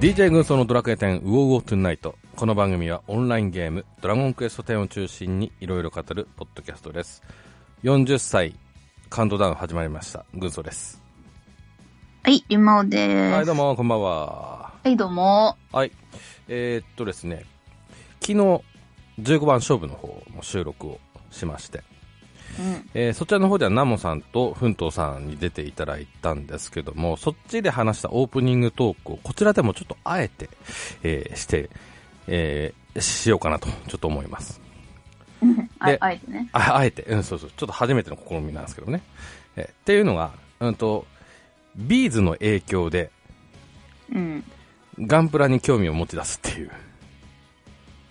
DJ 軍曹のドラクエ10ウォウォトゥナイトこの番組はオンラインゲームドラゴンクエスト10を中心にいろいろ語るポッドキャストです40歳カウントダウン始まりました軍曹ですはい、りまおでーす。はいどう。もこんばんははい、どうも。はいえー、っとですね昨日15番勝負の方の収録をしまして、うん。えーそちらの方ではナモさんとフントさんに出ていただいたんですけどもそっちで話したオープニングトークをこちらでもちょっとあえて、えーして、えーしようかなとちょっと思いますあで、あえてね。ああえて、うん、そうそうちょっと初めての試みなんですけどね、えーっていうのが、うん、とビーズの影響でうん。ガンプラに興味を持ち出すっていう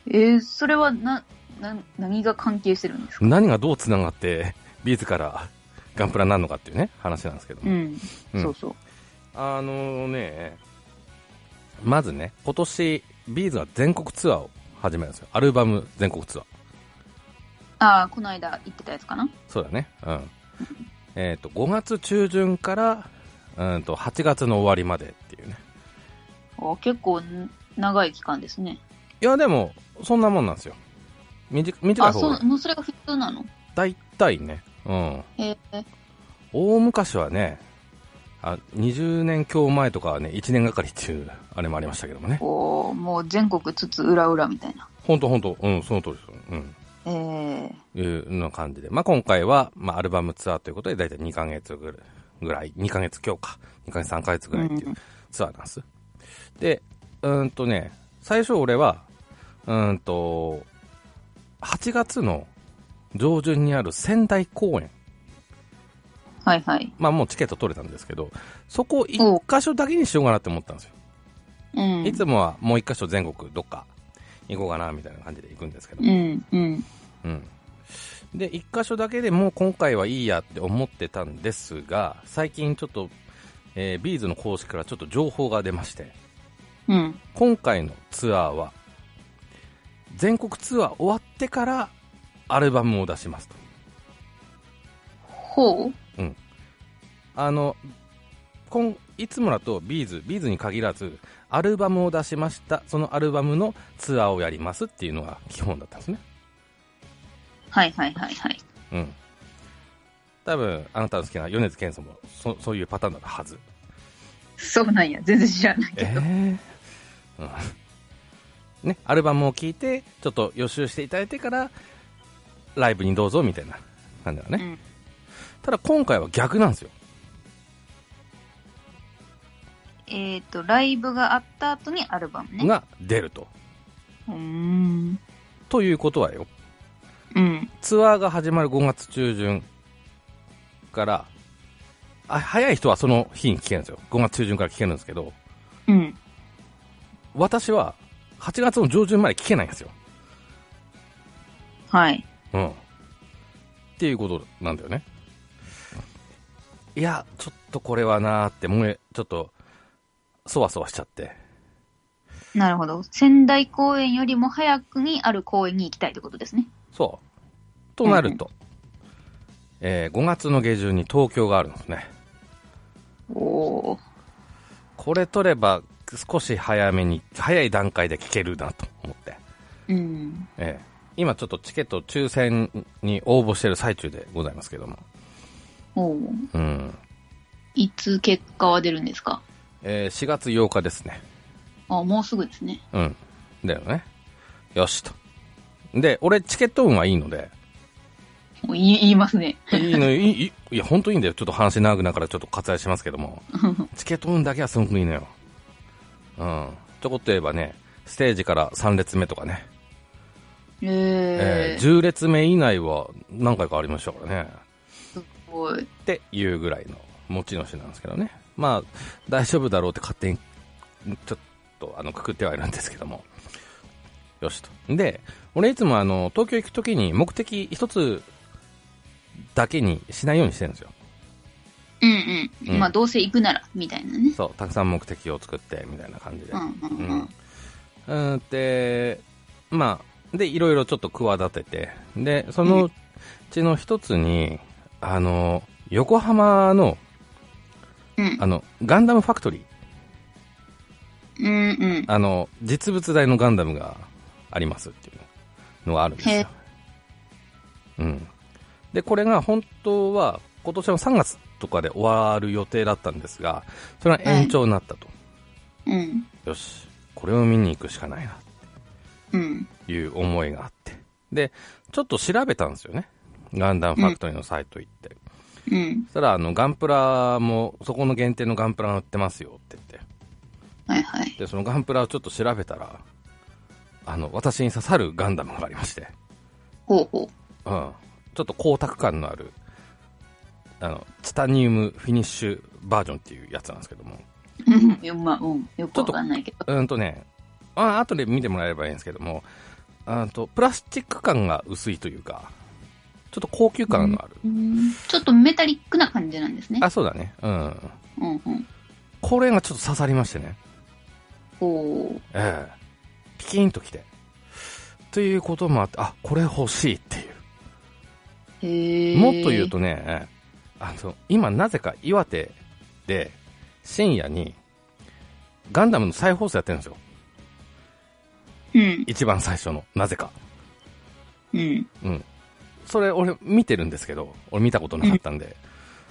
えー、それはな、な、何が関係してるんですか何がどうつながってビーズからガンプラになるのかっていうね話なんですけども、うん。うんそうそう。あのね、まずね、今年、ビーズが全国ツアーを始めるんですよ。アルバム全国ツアー。ああ、この間言ってたやつかな。そうだね。うん。えっ、と、5月中旬から、うんと、8月の終わりまでっていうね。お結構ん長い期間ですね。いや、でも、そんなもんなんですよ。短短いあ、方そがう、。もうそれが普通なの。だいたいね。うん。えー、大昔はね、あ20年強前とかはね、1年がかりっていう、あれもありましたけどもね。おーもう全国つつ裏裏みたいな。ほんとほんと、うん、その通りですよ。うん。えー、いうの感じで、まあ、今回は、まあ、アルバムツアーということで、だいたい2ヶ月ぐらいぐらい、2ヶ月強か、2ヶ月3ヶ月ぐらいっていううんツアーなんです。で、うーんとね、最初俺は、うーんと、8月の上旬にある仙台公演、はいはい。まあもうチケット取れたんですけど、そこ1箇所だけにしようかなって思ったんですよ。うん。いつもはもう1箇所全国どっか行こうかなみたいな感じで行くんですけどう、ん、うん。うん、で1箇所だけでもう今回はいいやって思ってたんですが最近ちょっと、えービーズの公式からちょっと情報が出ましてうん。今回のツアーは全国ツアー終わってからアルバムを出しますとほうあの今いつもだとビーズビーズに限らずアルバムを出しましたそのアルバムのツアーをやりますっていうのが基本だったんですねはいはいはいはい。うん多分あなたの好きな米津玄師もそそういうパターンだったはずそうなんや。全然知らないけど。ええうんね、アルバムを聴いてちょっと予習していただいてからライブにどうぞみたいななんだよね、うんただ今回は逆なんですよえっ、ー、と、ライブがあった後にアルバムね。が出るとうーん。ということはようん。ツアーが始まる5月中旬からあ早い人はその日に聴けるんですよ5月中旬から聴けるんですけどうん。私は8月の上旬まで聴けないんですよ、はい。うん、っていうことなんだよね。いや、ちょっとこれはなーって、もうちょっと、そわそわしちゃって。なるほど。仙台公演よりも早くにある公演に行きたいってことですね。そう。となると、えー5月の下旬に東京があるんですね。おお。これ取れば、少し早めに、早い段階で聞けるなと思って。うん。えー今ちょっとチケット抽選に応募してる最中でございますけども。おお。うん。いつ結果は出るんですかえー4月8日ですね。あ、もうすぐですね。うん。だよね。よしと。で、俺、チケット運はいいので、もう言い言います ね。いいの、いい、いいいや、本当いいんだよ。ちょっと話長くなるからちょっと割愛しますけども、チケット運だけはすごくいいのよ。うん。ちょこっと言えばね、ステージから3列目とかね、ええー、ー10列目以内は何回かありましたからね。すごい。っていうぐらいの持ち主なんですけどね。まあ、大丈夫だろうって勝手に、ちょっと、あの、くくってはいるんですけども。よしと。で、俺いつもあの、東京行くときに目的一つだけにしないようにしてるんですよ。うんうん。うんまあ、どうせ行くなら、みたいなね。そう、たくさん目的を作って、みたいな感じでう。んうんうん。うん、で、まあ、で、いろいろちょっと企てて、で、そのうちの一つに、あの、横浜の、うん。あの、ガンダムファクトリー。うんうん。あの、実物大のガンダムがありますっていうのがあるんですへよえ。うん。で、これが本当は今年の3月とかで終わる予定だったんですが、それが延長になったと。うん。よし、これを見に行くしかないなうん。という思いがあって。で、ちょっと調べたんですよね。ガンダムファクトリーのサイト行って。うんそ。したら、あの、ガンプラも、そこの限定のガンプラが売ってますよって言って。はいはい。で、そのガンプラをちょっと調べたら、あの、私に刺さるガンダムがありまして、ほうほうん。ちょっと光沢感のある、あの、チタニウムフィニッシュバージョンっていうやつなんですけども、う。 うんうん。まあ、うん。よくわかんないけど。うんとね、あ後で見てもらえればいいんですけども、あと、プラスチック感が薄いというか、ちょっと高級感のある。うんちょっとメタリックな感じなんですね。あ、そうだね。うん。うんうん。これがちょっと刺さりましてね。ほう。ええピキンときて。ということもあって、あ、これ欲しいっていう。へえ。もっと言う。とね、あの、今なぜか岩手で深夜にガンダムの再放送やってるんですよ。うん。一番最初の。なぜか。うん。うん。それ俺見てるんですけど、俺見たことなかったんで。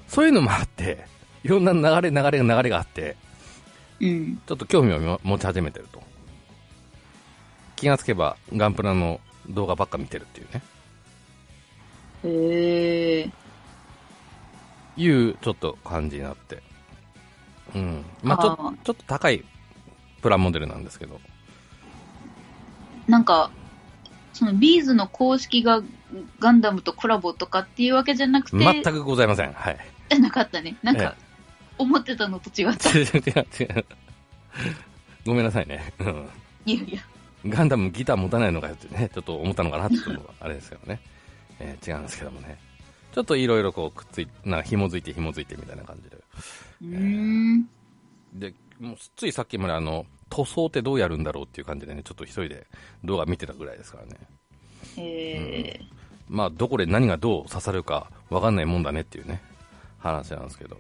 そういうのもあって、いろんな流れ流れ流れがあって、うん。ちょっと興味を持持ち始めてると。気がつけばガンプラの動画ばっか見てるっていうね。へえ。いうちょっと感じになって。うん。まあちょあーちょっと高いプラモデルなんですけど。なんか、そのビーズの公式がガンダムとコラボとかっていうわけじゃなくて、全くございません。はい。じゃなかったね。なんえか、思ってたのと違った。違う違う違う。 ごめんなさいね。うんいやいや。ガンダムギター持たないのかよってね、ちょっと思ったのかなっていうのはあれですけどね。えー違うんですけどもね。ちょっといろいろこうくっついなんか紐づいて紐づいてみたいな感じうーん。で。で、もうついさっきまであの、塗装ってどうやるんだろうっていう感じでね、ちょっと一人で動画見てたぐらいですからね。えまあ、どこで何がどう刺さるか分かんないもんだねっていうね、話なんですけど。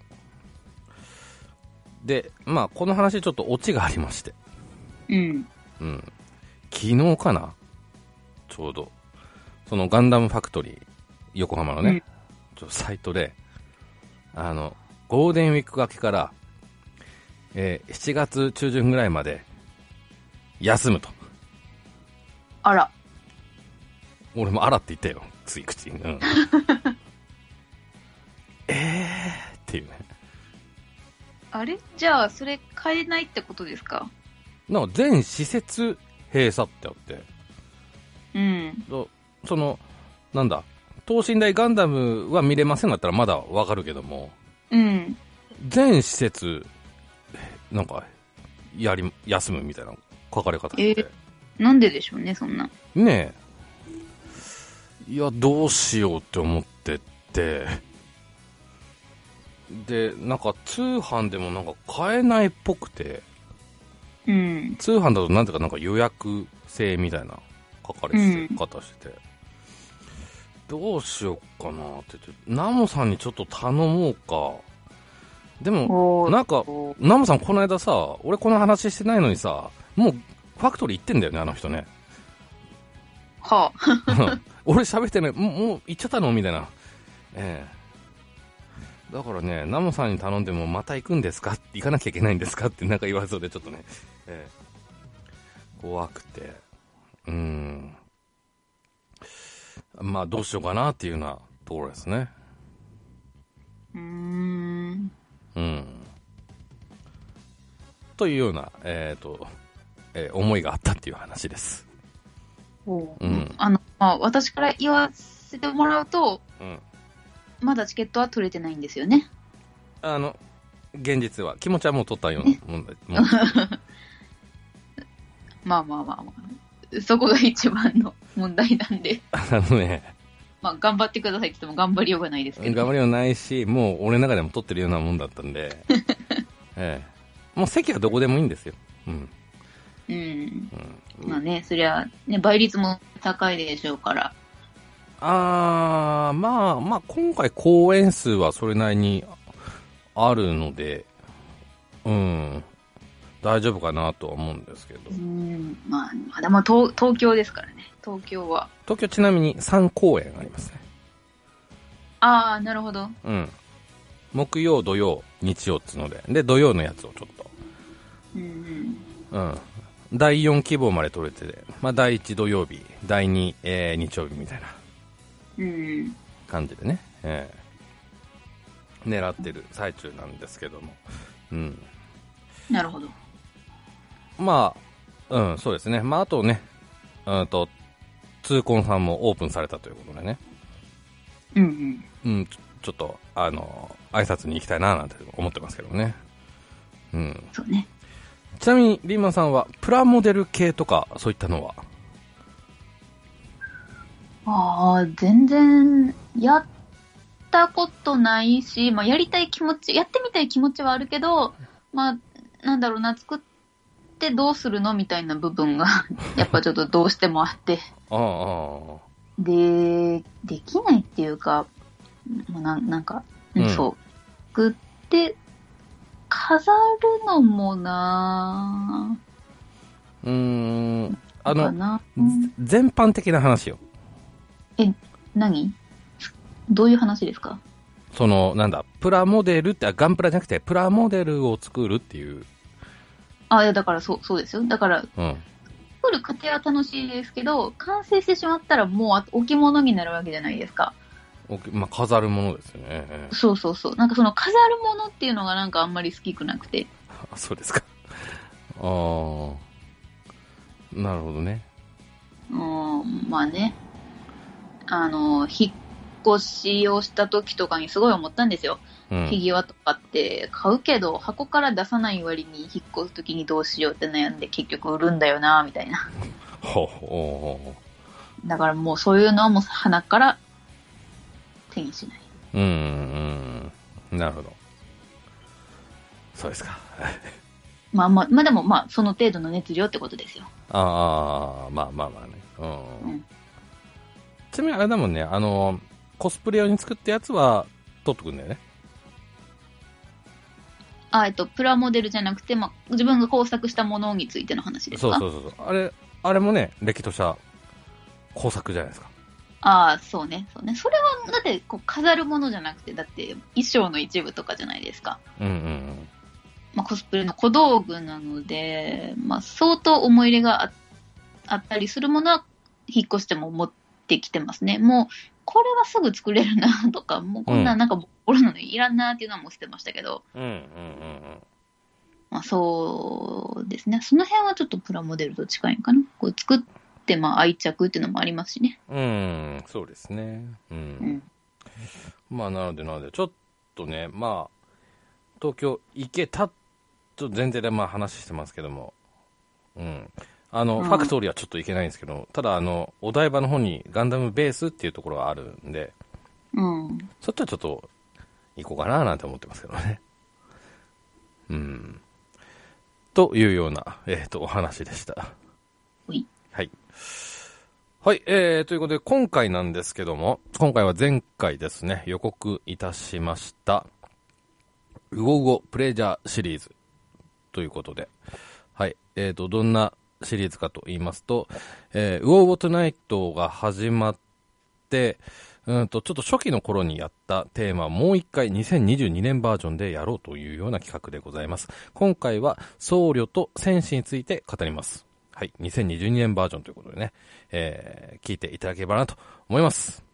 で、まあ、この話ちょっとオチがありまして、ー、うん。うん。昨日かなちょうど。そのガンダムファクトリー、横浜のね、うんちょっとサイトで、あの、ゴールデンウィーク明けから、えー7月中旬ぐらいまで、休むと。あら。俺もあらって言ったよ。つい口に。うん。えーっていうね。あれじゃあ、それ変えないってことですかなんか全施設閉鎖ってあって、うん。どその、なんだ、等身大ガンダムは見れませんだったらまだわかるけども、うん。全施設、えなんか、やり、休むみたいな書かれ方して。なんででしょうね、そんな。ねえ。いや、どうしようって思ってって。で、なんか通販でもなんか買えないっぽくて、うん。通販だとなんていうかなんか予約制みたいな書かれてうて、ん方してて、どうしようかなって言って、ナモさんにちょっと頼もうか。でも、おーなんかおーナモさんこの間さ、俺この話してないのにさ、もうファクトリー行ってんだよね、あの人ね。はあ。うん 俺喋ってないもうもう行っちゃったのみたいな、ええだからねナモさんに頼んでもまた行くんですか行かなきゃいけないんですかってなんか言われそうでちょっとね、ええ怖くてうんまあどうしようかなっていうようなところですねうーん。うんというような、えーとえー思いがあったっていう話です、おーうんあの、まあ、私から言わせてもらうと、うん、まだチケットは取れてないんですよね。あの現実は気持ちはもう取ったようなもん だもんまあまあまあまあ。そこが一番の問題なんで、 あのね、まあ頑張ってくださいって言っても頑張りようがないですけど。頑張りはないし、もう俺の中でも撮ってるようなもんだったんで、ええ、もう席はどこでもいいんですよ。うん。うん。うん、まあね、そりゃ、ね、倍率も高いでしょうから。あー、まあ、まあ、今回公演数はそれなりにあるので、うん。大丈夫かなとは思うんですけどう。ん、まあ、まだまあ東東京ですからね。東京は。東京ちなみに3公演ありますね。ああ、なるほど。うん。木曜、土曜、日曜っつので。で、土曜のやつをちょっと。うんうん。うん。第4希望まで取れてて、まあ、第1土曜日、第2、えー日曜日みたいなうん。感じでね、えー狙ってる最中なんですけども。うん。なるほど。まあ、うん、そうですね。まあ、あとね、うんと、通コンさんもオープンされたということでね、うんうん。うん、ちょちょっと、あの、挨拶に行きたいななんて思ってますけどね。うん。そうね。ちなみに、リーマンさんは、プラモデル系とか、そういったのは、ああ、全然、やったことないし、まあ、やりたい気持ち、やってみたい気持ちはあるけど、まあ、なんだろうな、作ってどうするのみたいな部分 が、やっぱちょっとどうしてもあって、ああ、ああで、できないっていうか、まあ、なんなんか、うんうんそう、作って、飾るのもなうーん、ぁあかの、なうん全般的な話よ。何どういう話ですかその、なんだ、プラモデルって、あガンプラじゃなくて、プラモデルを作るっていう、あ、いや、だからそう、そうですよ。だかうら、ん。作る過程は楽しいですけど、完成してしまったらもうあ置物になるわけじゃないですか。おまあ、飾るものですよね。 ええそうそうそう。なんかその飾るものっていうのがなんかあんまり好きくなくて。あそうですか。ああ、なるほどね。うーん、まあね。あの、引っ越しをした時とかにすごい思ったんですよ。うん。フィギュアとかって買うけど、箱から出さない割に引っ越す時にどうしようって悩んで結局売るんだよな、みたいな。ほうほうほだからもうそういうのはもう鼻から手にしない。う。うん、うんうん。なるほど。そうですか。 まあまあ、まあでもまあその程度の熱量ってことですよ。ああ、まあまあまあね。うん。うんちなみにあれだもんね、あの、コスプレ用に作ったやつは、取っとくんだよね。あ、えっと、プラモデルじゃなくて、まあ、自分が工作したものについての話ですかそうそうそうそう。あれ、あれもね、歴史とした工作じゃないですか。ああ、そうね、そうね。それは、だって、こう、飾るものじゃなくて、だって、衣装の一部とかじゃないですか。うんうんうん。まあ、コスプレの小道具なので、まあ、相当思い入れがああったりするものは、引っ越しても持ってきてますね。もう、これはすぐ作れるな、とか、もうこんなうんなんか、ボロなのいらんな、っていうのはもう捨てましたけど、うんうんうんまあ、そうですね。その辺はちょっとプラモデルと近いんかな。こう、作って、まあ、愛着っていうのもありますしね。うん。うん、そうですね。うん。うん。まあ、なので、なので、ちょっとね、まあ、東京行けた、と前提でまあ話してますけども、うん。あの、うんファクトリーはちょっと行けないんですけど、ただ、あの、お台場の方にガンダムベースっていうところがあるんで、うん。そっちはちょっと行こうかななんて思ってますけどね。うん。というような、えっ、と、お話でした。ほい。はい。はい、えー、ということで、今回なんですけども、今回は前回ですね、予告いたしました、うごうごプレジャーシリーズということで、はい、えーと、どんなシリーズかと言いますと、えー、ウォーウォトナイトが始まって、うんと、ちょっと初期の頃にやったテーマをもう一回2022年バージョンでやろうというような企画でございます。今回は僧侶と戦士について語ります。はい、2022年バージョンということでね、えー聞いていただければなと思います。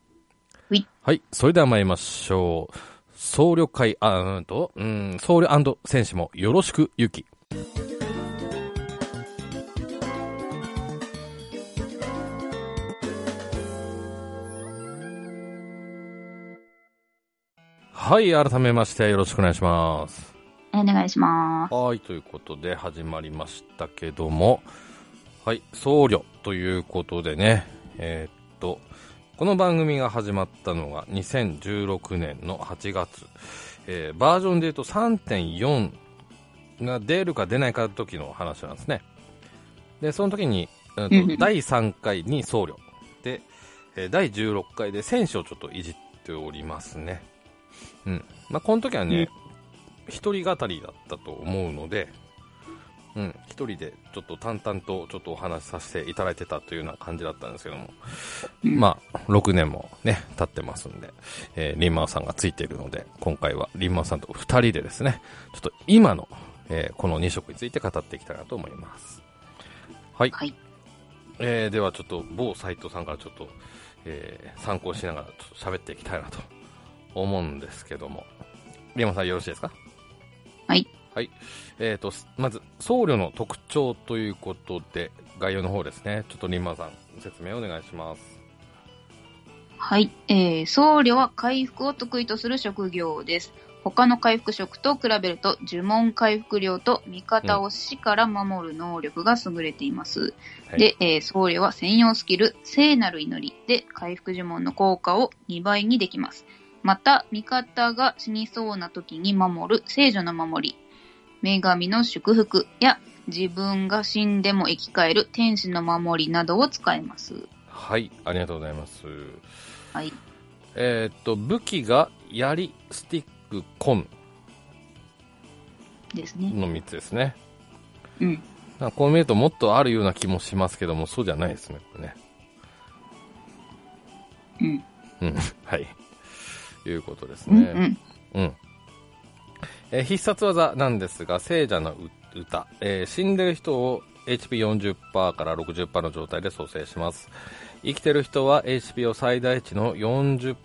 ほいはい、それでは参りましょう。僧侶会、あ、うんと、うん、僧侶戦士もよろしく、ゆき。はい、改めましてよろしくお願いします。お願いします。はい、ということで始まりましたけども、はい、僧侶ということでね、えーっと、この番組が始まったのが2016年の8月、えーバージョンで言うと3.4が出るか出ないかの時の話なんですね。で、その時に、うんとうんうん第3回に僧侶、で、えー第16回で選手をちょっといじっておりますね。うん。まあ、この時はね、一人語りだったと思うので、うん、一人でちょっと淡々とちょっとお話しさせていただいてたというような感じだったんですけども、まあ、6年もね、経ってますんで、えーリンマオさんがついているので、今回はリンマオさんと2人でですね、ちょっと今の、えーこの2色について語っていきたいなと思います。はい。はいえーではちょっと某サイトさんからちょっと、えー参考しながらちょっと喋っていきたいなと思うんですけども、リンマオさんよろしいですかはい。はい。えー、と、すまず、僧侶の特徴ということで、概要の方ですね。ちょっとリンマさん、説明お願いします。はい、えー、僧侶は回復を得意とする職業です。他の回復職と比べると、呪文回復量と味方を死から守る能力が優れています。はいで、えー僧侶は専用スキル、聖なる祈りで回復呪文の効果を2倍にできます。また、味方が死にそうな時に守る聖女の守り、女神の祝福や自分が死んでも生き返る天使の守りなどを使えます。はい、ありがとうございます。はい。えー、と、武器が、槍、スティック、コンですね。の3つですね。うん。なんかこう見るともっとあるような気もしますけども、そうじゃないですね、これね。うん。うん、はい。いうことですうんね。うん。うん。えー必殺技なんですが、聖者のう歌、えー死んでる人を HP40% から60%の状態で蘇生します。生きてる人は HP を最大値の40%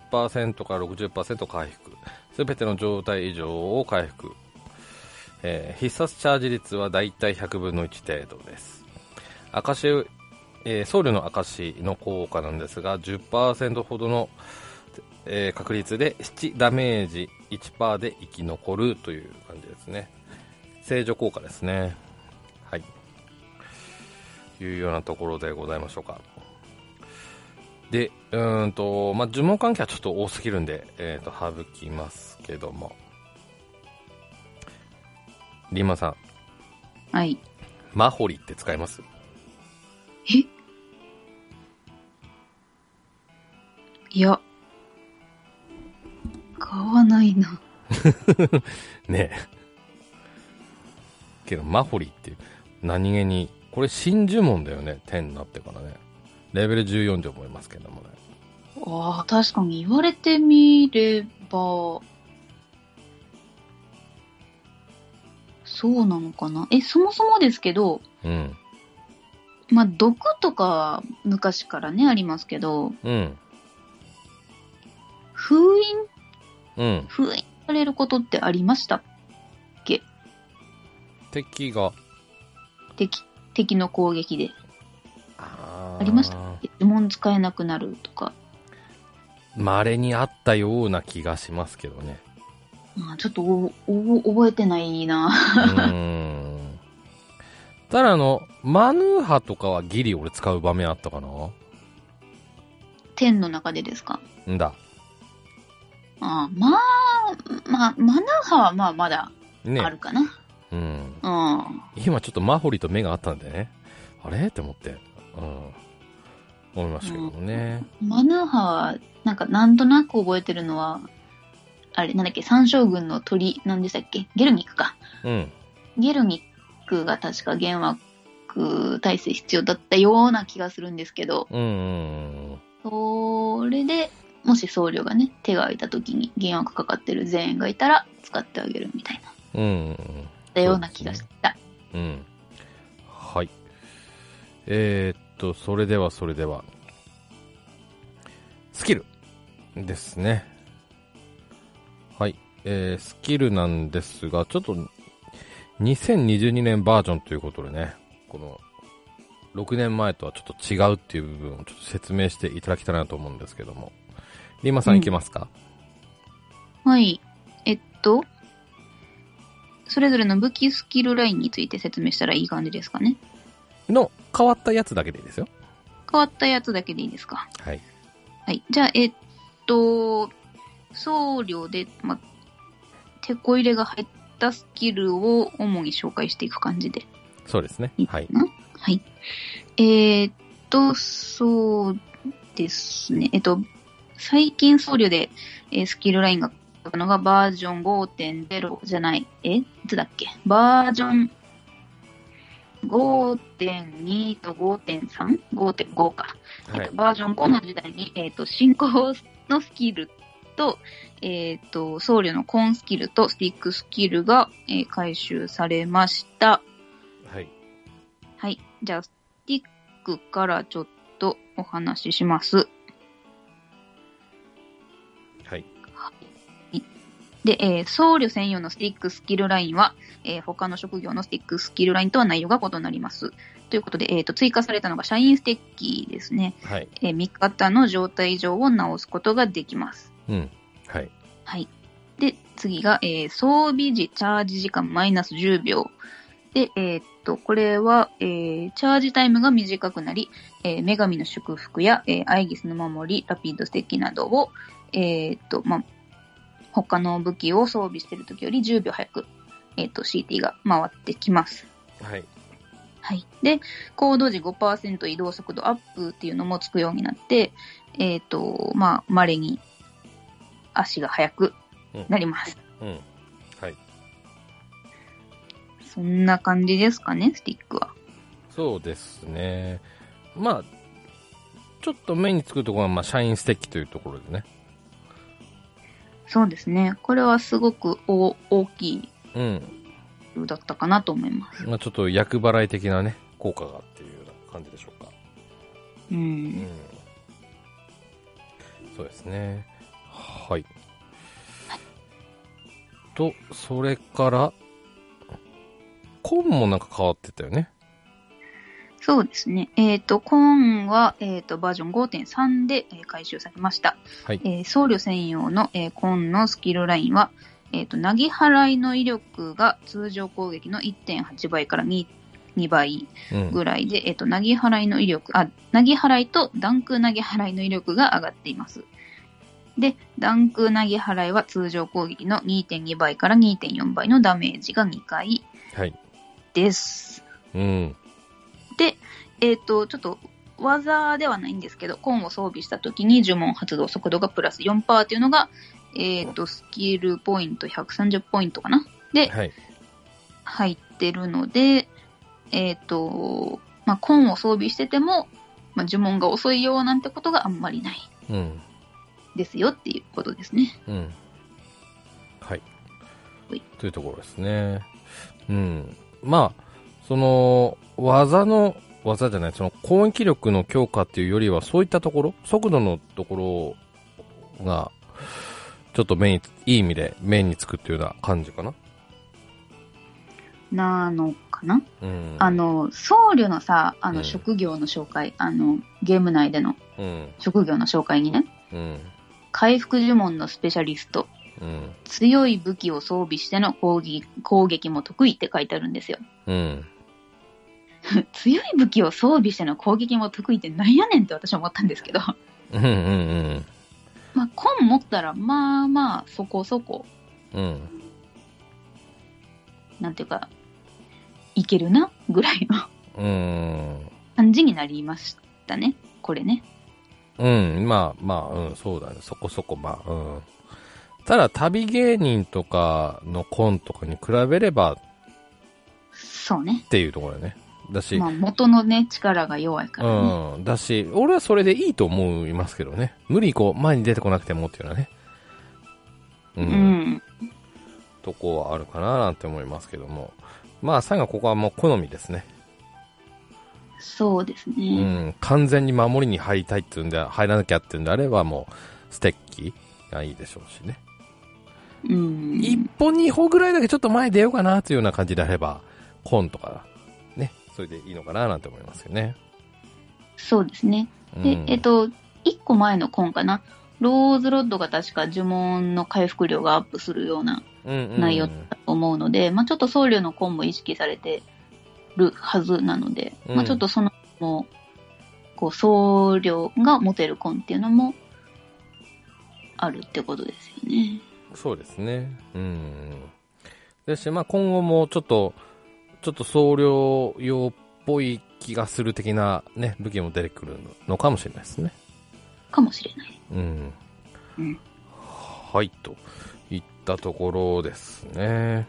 から60%回復。すべての状態以上を回復。えー必殺チャージ率はだいたい100分の1程度です。証、えー、僧侶の証の効果なんですが、10%ほどのえー確率で7ダメージ1%で生き残るという感じですね正常効果ですねはいいうようなところでございましょうかでうーんと、まあ、呪文関係はちょっと多すぎるんで、えー、と省きますけどもリンマさんはい。マホリって使いますえいや。買わないな。ねえ。けど、マホリっていう、何気に、これ新呪文だよね、10になってからね。レベル14で思いますけどもね。ああ、確かに言われてみれば、そうなのかな。え、そもそもですけど、うん。まあ、毒とかは昔からね、ありますけど、うん。封印、うん。封印されることってありました敵が。敵、敵の攻撃で。あーありました呪文使えなくなるとか。稀にあったような気がしますけどね。まあ、ちょっとおお覚えてないな。 うーん。ただあの、マヌーハとかはギリ俺使う場面あったかな天の中でですか。んだ。ああまあ、まあ、マナハはまあまだねあるかな。うん。うん。今ちょっとマホリと目があったんでね。あれって思って。うん。思いましたけどもね。マナハは、なんかなんとなく覚えてるのは、あれ、なんだっけ、三将軍の鳥、なんでしたっけゲルニックか。うん。ゲルニックが確か幻惑体制必要だったような気がするんですけど、うんうんうん。それで、もし僧侶がね、手が空いた時に幻惑かかってる全員がいたら使ってあげるみたいな、うんだような気がした。うん。うん。はい。えー、っと、それではそれでは。スキルですね。はい。えー、スキルなんですが、ちょっと、2022年バージョンということでね、この、6年前とはちょっと違うっていう部分をちょっと説明していただきたいなと思うんですけども。リンマさんいけますか、はい。えっと、それぞれの武器スキルラインについて説明したらいい感じですかね。の、変わったやつだけでいいですよ。変わったやつだけでいいですか。はい。はい。じゃあ、えっと、僧侶で、ま、手こ入れが入ったスキルを主に紹介していく感じで。そうですね。はい。はい。えーっと、そうですね。えっと、最近僧侶で、えースキルラインが変わったのがバージョン5.0じゃない、えいつだっけバージョン5.2と 5.3?5.5 か、はえっいと。バージョン5の時代に、えっと進行のスキルと,、えっと僧侶のコンスキルとスティックスキルが、えー回収されました。はい。はい。じゃあ、スティックからちょっとお話しします。はい。で、えー僧侶専用のスティックスキルラインは、えー他の職業のスティックスキルラインとは内容が異なります。ということで、えっ、と、追加されたのが社員ステッキですね。はい。えー味方の状態上を直すことができます。うん。はい。はい。で、次が、えー装備時チャージ時間マイナス10秒。で、えーっと、これは、えーチャージタイムが短くなり、えー女神の祝福や、えーアイギスの守り、ラピッドステッキなどを、えーっと、まあ、他の武器を装備している時より10秒早く、えーっと、CT が回ってきます。はい。はい。で、行動時5%移動速度アップっていうのもつくようになって、えっ、と、まあ、稀に足が速くなります。うん。はい。そんな感じですかね、スティックは。そうですね。まあ、ちょっと目につくところは、まあ、社員ステッキというところでね。そうですね。これはすごくお大きいうん。ルールだったかなと思います。まあ、ちょっと役払い的なね、効果がっていうような感じでしょうか。う。うんん。そうですね。はい。と、それから、コンもなんか変わってたよね。そうですね。えっ、と、コーンは、えっ、と、バージョン5.3で、えー回収されました。はいえー僧侶専用の、えーコーンのスキルラインは、えっ、と、投げ払いの威力が通常攻撃の1.8倍から 2, 2倍うん。ぐらいで、えっ、と、投げ払いの威力、あ、投げ払いとダンク投げ払いの威力が上がっています。で、ダンク投げ払いは通常攻撃の2.2倍から2.4倍のダメージが2回はい。です。うん。で、えっ、と、ちょっと、技ではないんですけど、コーンを装備した時に呪文発動速度がプラス4%っていうのが、えっ、と、スキルポイント130ポイントかなで、はい。入ってるので、えっ、と、まあ、コーンを装備してても、まあ、呪文が遅いよなんてことがあんまりないうん。ですよっていうことですね。うん。はいはい。というところですね。うん。まあ、その、技の、技じゃない、その攻撃力の強化っていうよりは、そういったところ、速度のところが、ちょっと目に、いい意味で目につくっていうような感じかな。なのかな、うん。あ、の、僧侶のさ、あうの、ん職業の紹介、あの、ゲーム内でのうん。職業の紹介にね、うん。回復呪文のスペシャリスト、うん。強い武器を装備しての攻撃攻撃も得意って書いてあるんですよ。うん。強い武器を装備しての攻撃も得意ってなんやねんって私は思ったんですけど、 うん。うん。まあ、コン持ったら、まあまあ、そこそこ、うん。うん。なんていうか、いけるな、ぐらいの うん。感じになりましたね、これね。うん、まあまあ、うん、そうだね。そこそこ、まあ、うん。ただ、旅芸人とかのコンとかに比べればっそうね。ていうところだね。だし、まあ、元のね、力が弱いからね。うん、だし、俺はそれでいいと思いますけどね。無理こう、前に出てこなくてもっていうのはね。う、うんん。とこはあるかななんて思いますけども。まあ、最後ここはもう好みですね。そうですうね。ん、完全に守りに入りたいっていうんで、入らなきゃっていうんであれば、もう、ステッキがいいでしょうしね。うん。一歩二歩ぐらいだけちょっと前出ようかなというような感じであれば、コンとか、ね、それでいいのかななんて思いますよね。そうですね。うんで、えっ、と、1個前のコンかな。ローズロッドが確か呪文の回復量がアップするようなうんうん内容だと思うので、まあちょっと僧侶のコンも意識されてるはずなので、うんまあちょっとその、もこう、僧侶が持てるコンっていうのもあるってことですよね。そうですね。うん。ですし、まあ今後もちょっと、ちょっと総量用っぽい気がする的なね、武器も出てくるのかもしれないですね。かもしれない。うん。うんはい、といったところですね。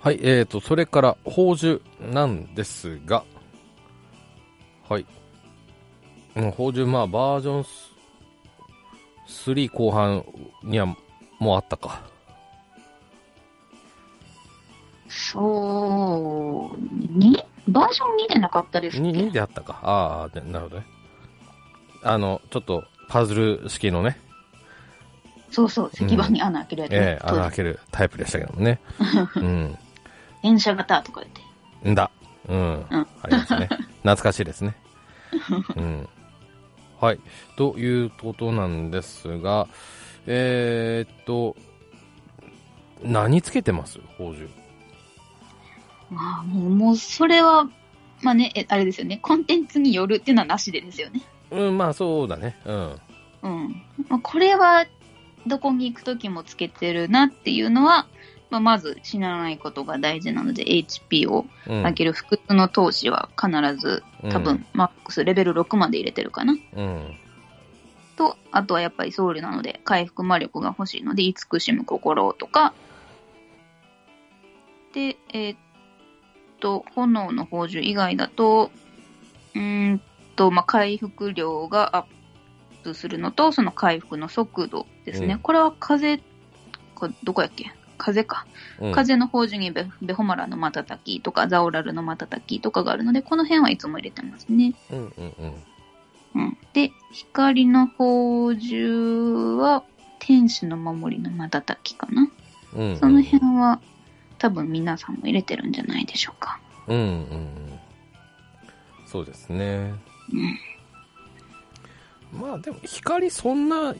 はい、えーと、それから、宝珠なんですが、はい。うん宝珠、まあ、バージョンス3後半にはもうあったか。そう、にバージョン2でなかったですっけ に2であったか。ああ、でなるほどね。あの、ちょっと、パズル式のね、そうそう、石板に穴開けるやつ、えねえ穴開けるタイプでしたけどもね。うん。電車型とか言って。んだ。うん。うんありますね。懐かしいですね。うん。はい。ということなんですが、えー、っと、何つけてます宝珠。まあ、もう、もうそれは、まあね、えあれですよね、コンテンツによるっていうのはなしでですよね。うん、まあそうだね。うん。うん。まあ、これは、どこに行くときもつけてるなっていうのは、まあ、まず死なないことが大事なので、HP をうん、上げる不屈の投資は必ず、多分、マックスレベル6まで入れてるかな。うん。と、あとはやっぱり僧侶なので、回復魔力が欲しいので、慈しむ心をとか、で、えーっと、炎の宝珠以外だと、うーんと、まあ、回復量がアップするのと、その回復の速度ですね。うんこれは風、こどこやっけ風か。うん。風の宝珠にベベホマラの瞬きとか、ザオラルの瞬きとかがあるので、この辺はいつも入れてますね。うんうんうん。うん、で、光の宝珠は、天使の守りの瞬きかな。うんうんその辺は、多分皆さんも入れてるんじゃないでしょうか。うんうんうん。そうですね。うん。まあでも光そんな、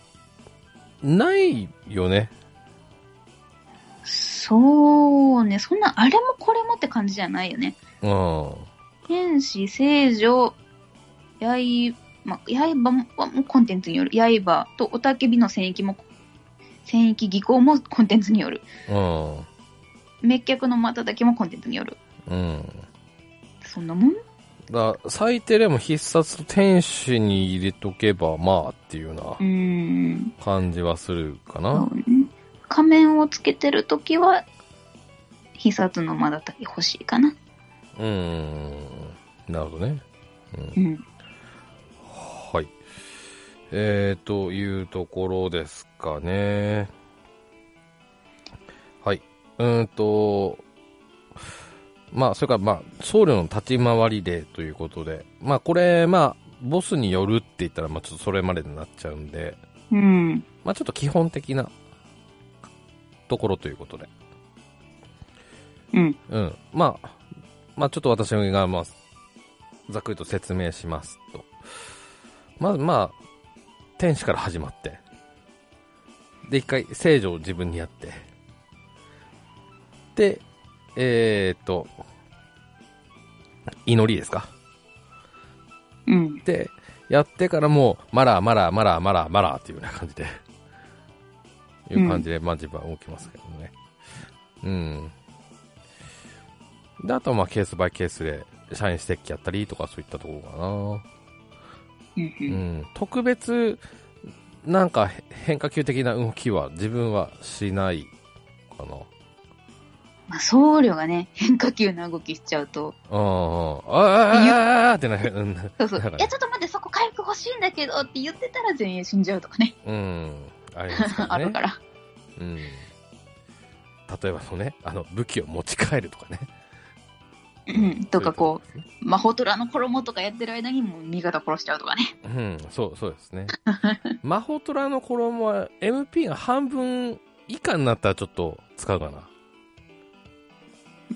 ないよね。そうね、そんな、あれもこれもって感じじゃないよね。うん。天使、聖女、刃、ま、刃もはもうコンテンツによる。刃とおたけびの戦役も、戦役技巧もコンテンツによる。うん。滅却の瞬きもコンテンツによる。うん。そんなもんだから最低でも必殺と天使に入れとけばまあっていうよう。うなん感じはするかそな。うね仮面をつけてるときは、必殺の間だったり欲しいかな。うん。なるほどね。うんうん。はい。えー、というところですかね。はい。うーんと、まあ、それから、まあ、僧侶の立ち回り例ということで、まあ、これ、まあ、ボスによるって言ったら、まあ、ちょっとそれまでになっちゃうんで、うん。まあ、ちょっと基本的なところということで。うん。うん。まあ、まあ、ちょっと私が、まあ、ざっくりと説明しますと。まず、まあ、天使から始まって。で、一回、聖女を自分にやって。で、えー、っと、祈りですかうん。で、やってからもう、マラーマラーマラーマラーマラーっていうような感じで、いう感じで、まあ自分は動きますけどね。うん。で、あとはまあケースバイケースで、社員ステッキやったりとかそういったところう。かな。うんん。特別、なんかへ変化球的な動きは自分はしないかな。まあ、僧侶がね、変化球な動きしちゃうと、うんうん。あーあー、あーあー、ってなる。うんそうそう、だからいや、ちょっと待って、そこ回復欲しいんだけどって言ってたら全員死んじゃうとかね、うん。ありますか らあね。るから。うん、例えばそうねあの武器を持ち帰るとかね。うん。とかこういうう、魔法虎の衣とかやってる間にもう味方殺しちゃうとかね。ことですね。うん、そうそうです ね。魔法虎の衣は MP が半分以下になったらちょっと使うかな。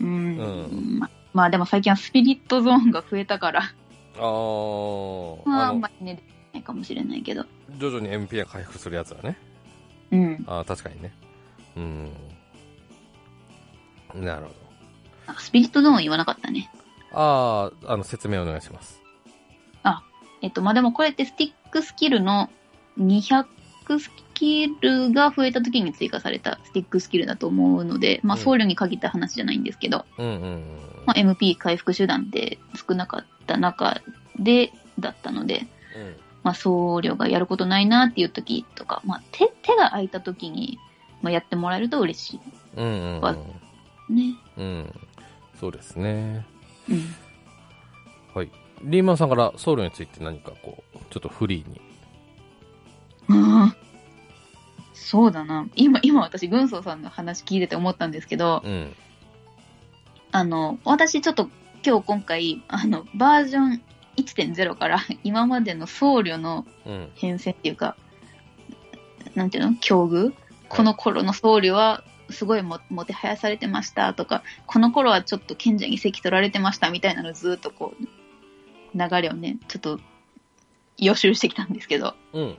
うん。うままあでも最近はスピリットゾーンが増えたから、あーまあああんのまりね、できないかもしれないけど。徐々に MP が回復するやつだね。うん。あー確かにね。うん。なるほど。あスピリットゾーンは言わなかったね。ああ、あの説明お願いします。えっと、まあ、でもこれってスティックスキルの200スキルが増えた時に追加されたスティックスキルだと思うので、まあ、うん僧侶に限った話じゃないんですけど、うんうんうん。まあ、MP 回復手段って少なかった中で、だったので、うんまあ、僧侶がやることないなっていう時とか、まあ、手、手が空いた時に、まあ、やってもらえると嬉しいうんうんうんわね。うん。そうですね。うん。はい。リーマンさんからソウルについて何かこう、ちょっとフリーに。ああ。そうだな。今、今私、軍曹さんの話聞いてて思ったんですけど、うん。あの、私ちょっと今日今回、あの、バージョン1.0から今までの僧侶のうん。変遷っていうか、なんていうの境遇この頃の僧侶はすごいももてはやされてましたとか、この頃はちょっと賢者に席取られてましたみたいなのずっとこう、流れをね、ちょっと予習してきたんですけど、うん。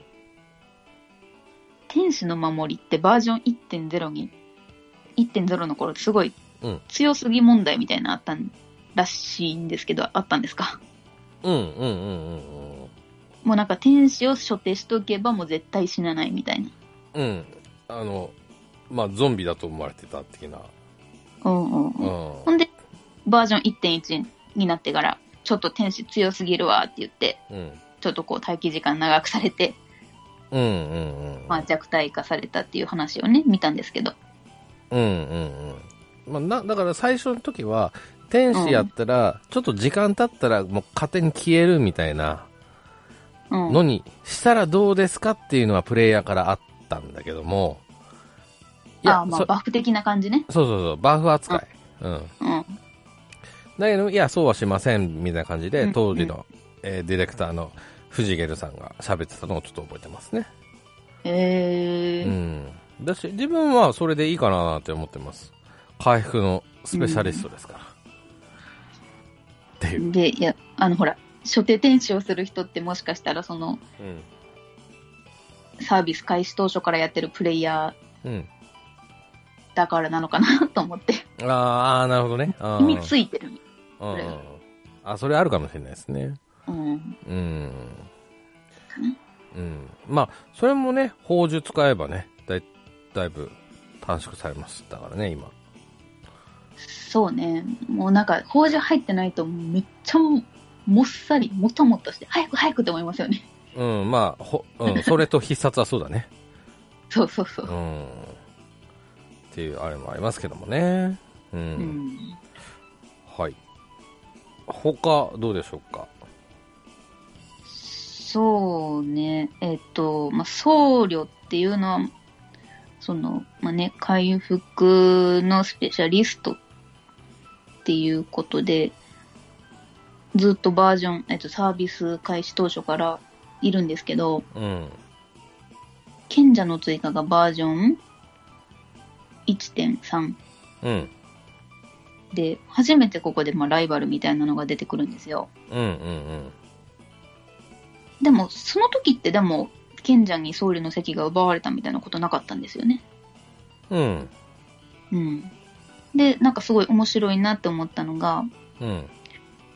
天使の守りってバージョン1.0に、1.0の頃すごいうん強すぎ問題みたいなのあったんらしいんですけど、あったんですかうん。うん。うん。うん。もうなんか天使を処刑しとけばもう絶対死なないみたいな。うん。うん。あの、まあ、ゾンビだと思われてた的な。うんううんうん。んほ。んで、バージョン1.1になってから、ちょっと天使強すぎるわって言って、うん。ちょっとこう待機時間長くされて、うん。うん。うん。まあ、弱体化されたっていう話をね、見たんですけど。うんうんうん。まあ、な、だから最初の時は、天使やったら、ちょっと時間経ったらもう勝手に消えるみたいなうん。のにしたらどうですかっていうのはプレイヤーからあったんだけども、いあやあ、、まあ、そバフ的な感じね。そうそうそう、バーフ扱い。うん。うん。だけど、いや、そうはしません、みたいな感じうんでう、ん当時の、えーディレクターの藤ゲルさんが喋ってたのをちょっと覚えてますね。えうー、ん。だし、自分はそれでいいかなって思ってます。回復のスペシャリストですから。っていう。で、いや、あの、ほら、初手転使をする人ってもしかしたら、その、うん。サービス開始当初からやってるプレイヤうん。ーだからなのかなと思って、あーあー、なるほどね。あ身にーついてる。うんうれんあ、それあるかもしれないですね。うん。うんな。うん。まあ、それもね、宝珠使えばね、だいだいぶ短縮されましたからね、今。そうね。もうなんか、法事入ってないと、めっちゃももっさり、もたもたして、早く早くって思いますよね。うん、まあ、ほ、うん、それと必殺はそうだね。そうそうそうう。ん。っていうあれもありますけどもね。うん。うん。はい。他、どうでしょうか。そうね。えっと、まあ、僧侶っていうのは、その、まあ、ね、回復のスペシャリストっていうことで、ずっとバージョン、えっと、サービス開始当初からいるんですけど、うん。賢者の追加がバージョン1.3うん。で、初めてここでまあライバルみたいなのが出てくるんですよ。うん、うん、でも、その時ってでも、賢者に僧侶の席が奪われたみたいなことなかったんですよね。うん。うん。うん。で、なんかすごい面白いなって思ったのが、うん。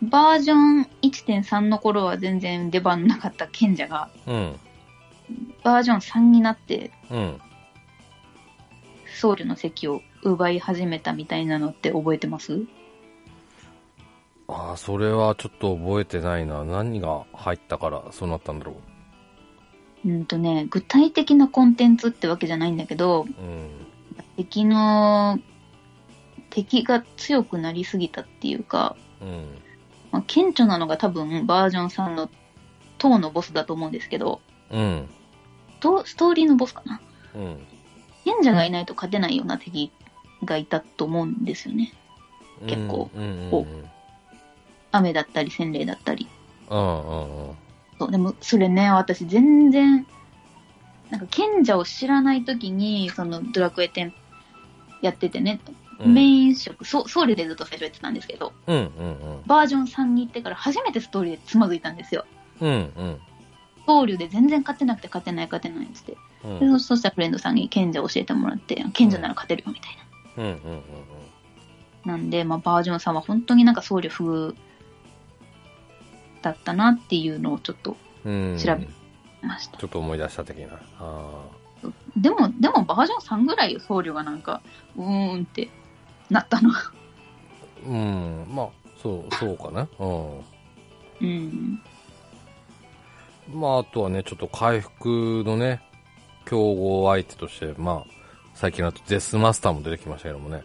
バージョン1.3の頃は全然出番なかった賢者が、うん。バージョン3になってうん。僧侶の席を奪い始めたみたいなのって覚えてますああ、それはちょっと覚えてないな。何が入ったからそうなったんだろうんとね、具体的なコンテンツってわけじゃないんだけど、う。うん。敵の、敵が強くなりすぎたっていうか、うん。まあ、顕著なのが多分バージョン3の塔のボスだと思うんですけど、うん。とストーリーのボスかなうん。賢者がいないと勝てないような敵がいたと思うんですよね。結構うん、うん。こ雨だったり、洗礼だったり。うん、うん、うん。そう、でも、それね、私全然、なんか賢者を知らない時に、そのドラクエ10やっててね、うんメイン職、そうソウルでずっと最初やってたんですけど、うん、うん、バージョン3に行ってから初めてストーリーでつまずいたんですよ。うん。うん、うん。僧侶で全然勝てなくて勝てない勝てないっつって。うん、うでん、そそしたらフレンドさんに賢者教えてもらって、賢者なら勝てるよみたいな。うん、うん。なんで、まあ、バージョンさんは本当になんか僧侶風だったなっていうのをちょっとうん。調べました。ちょっと思い出した的な。あでも、でもバージョン3ぐらいよ、僧侶がなんか、うーんってなったの。ーうん。まあ、そう、そうかな。うん。 うん。まあ、あとはね、ちょっと回復のね、競合相手として、まあ、最近だとデスマスターも出てきましたけどもね。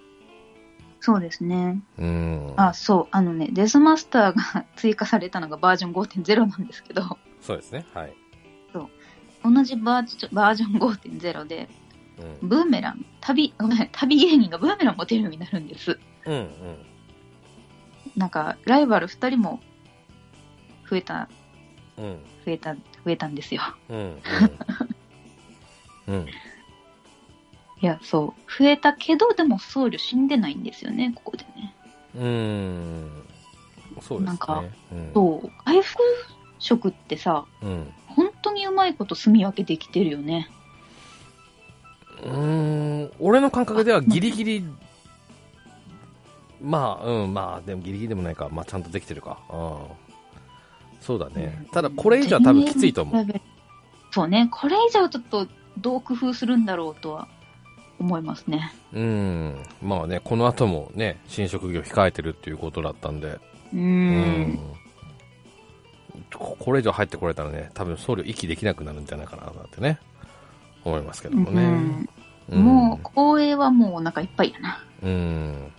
そうですね。うん。あ、そう。あのね、デスマスターが追加されたのがバージョン5.0なんですけど、そうですね。はい。同じバージョンバージョン5.0で、うん。ブーメラン、旅、ごめん、旅芸人がブーメラン持てるようになるんです。うんうん。なんか、ライバル2人も増えた、うん。増えた、増えたんですよ。うん。 うん。うん。いや、そう。増えたけど、でも僧侶死んでないんですよね、ここでね。うん。そうですね。なんかうん、そう。回復食ってさ、うん。本当にうまいこと住み分けできてるよね。うーん、俺の感覚ではギリギリ、まあ、うん、まあ、でもギリギリでもないか、まあ、ちゃんとできてるか。うんそうだね。ただ、これ以上は多分きついと思う。そうね。これ以上ちょっと、どう工夫するんだろうとは思いますね。うん。まあね、この後もね、新職業控えてるっていうことだったんで、ううーん。ここれ以上入ってこれたらね、多分僧侶息できなくなるんじゃないかな、なんてね、思いますけどもね。うんもう、光栄はもうお腹いっぱいやな。うん。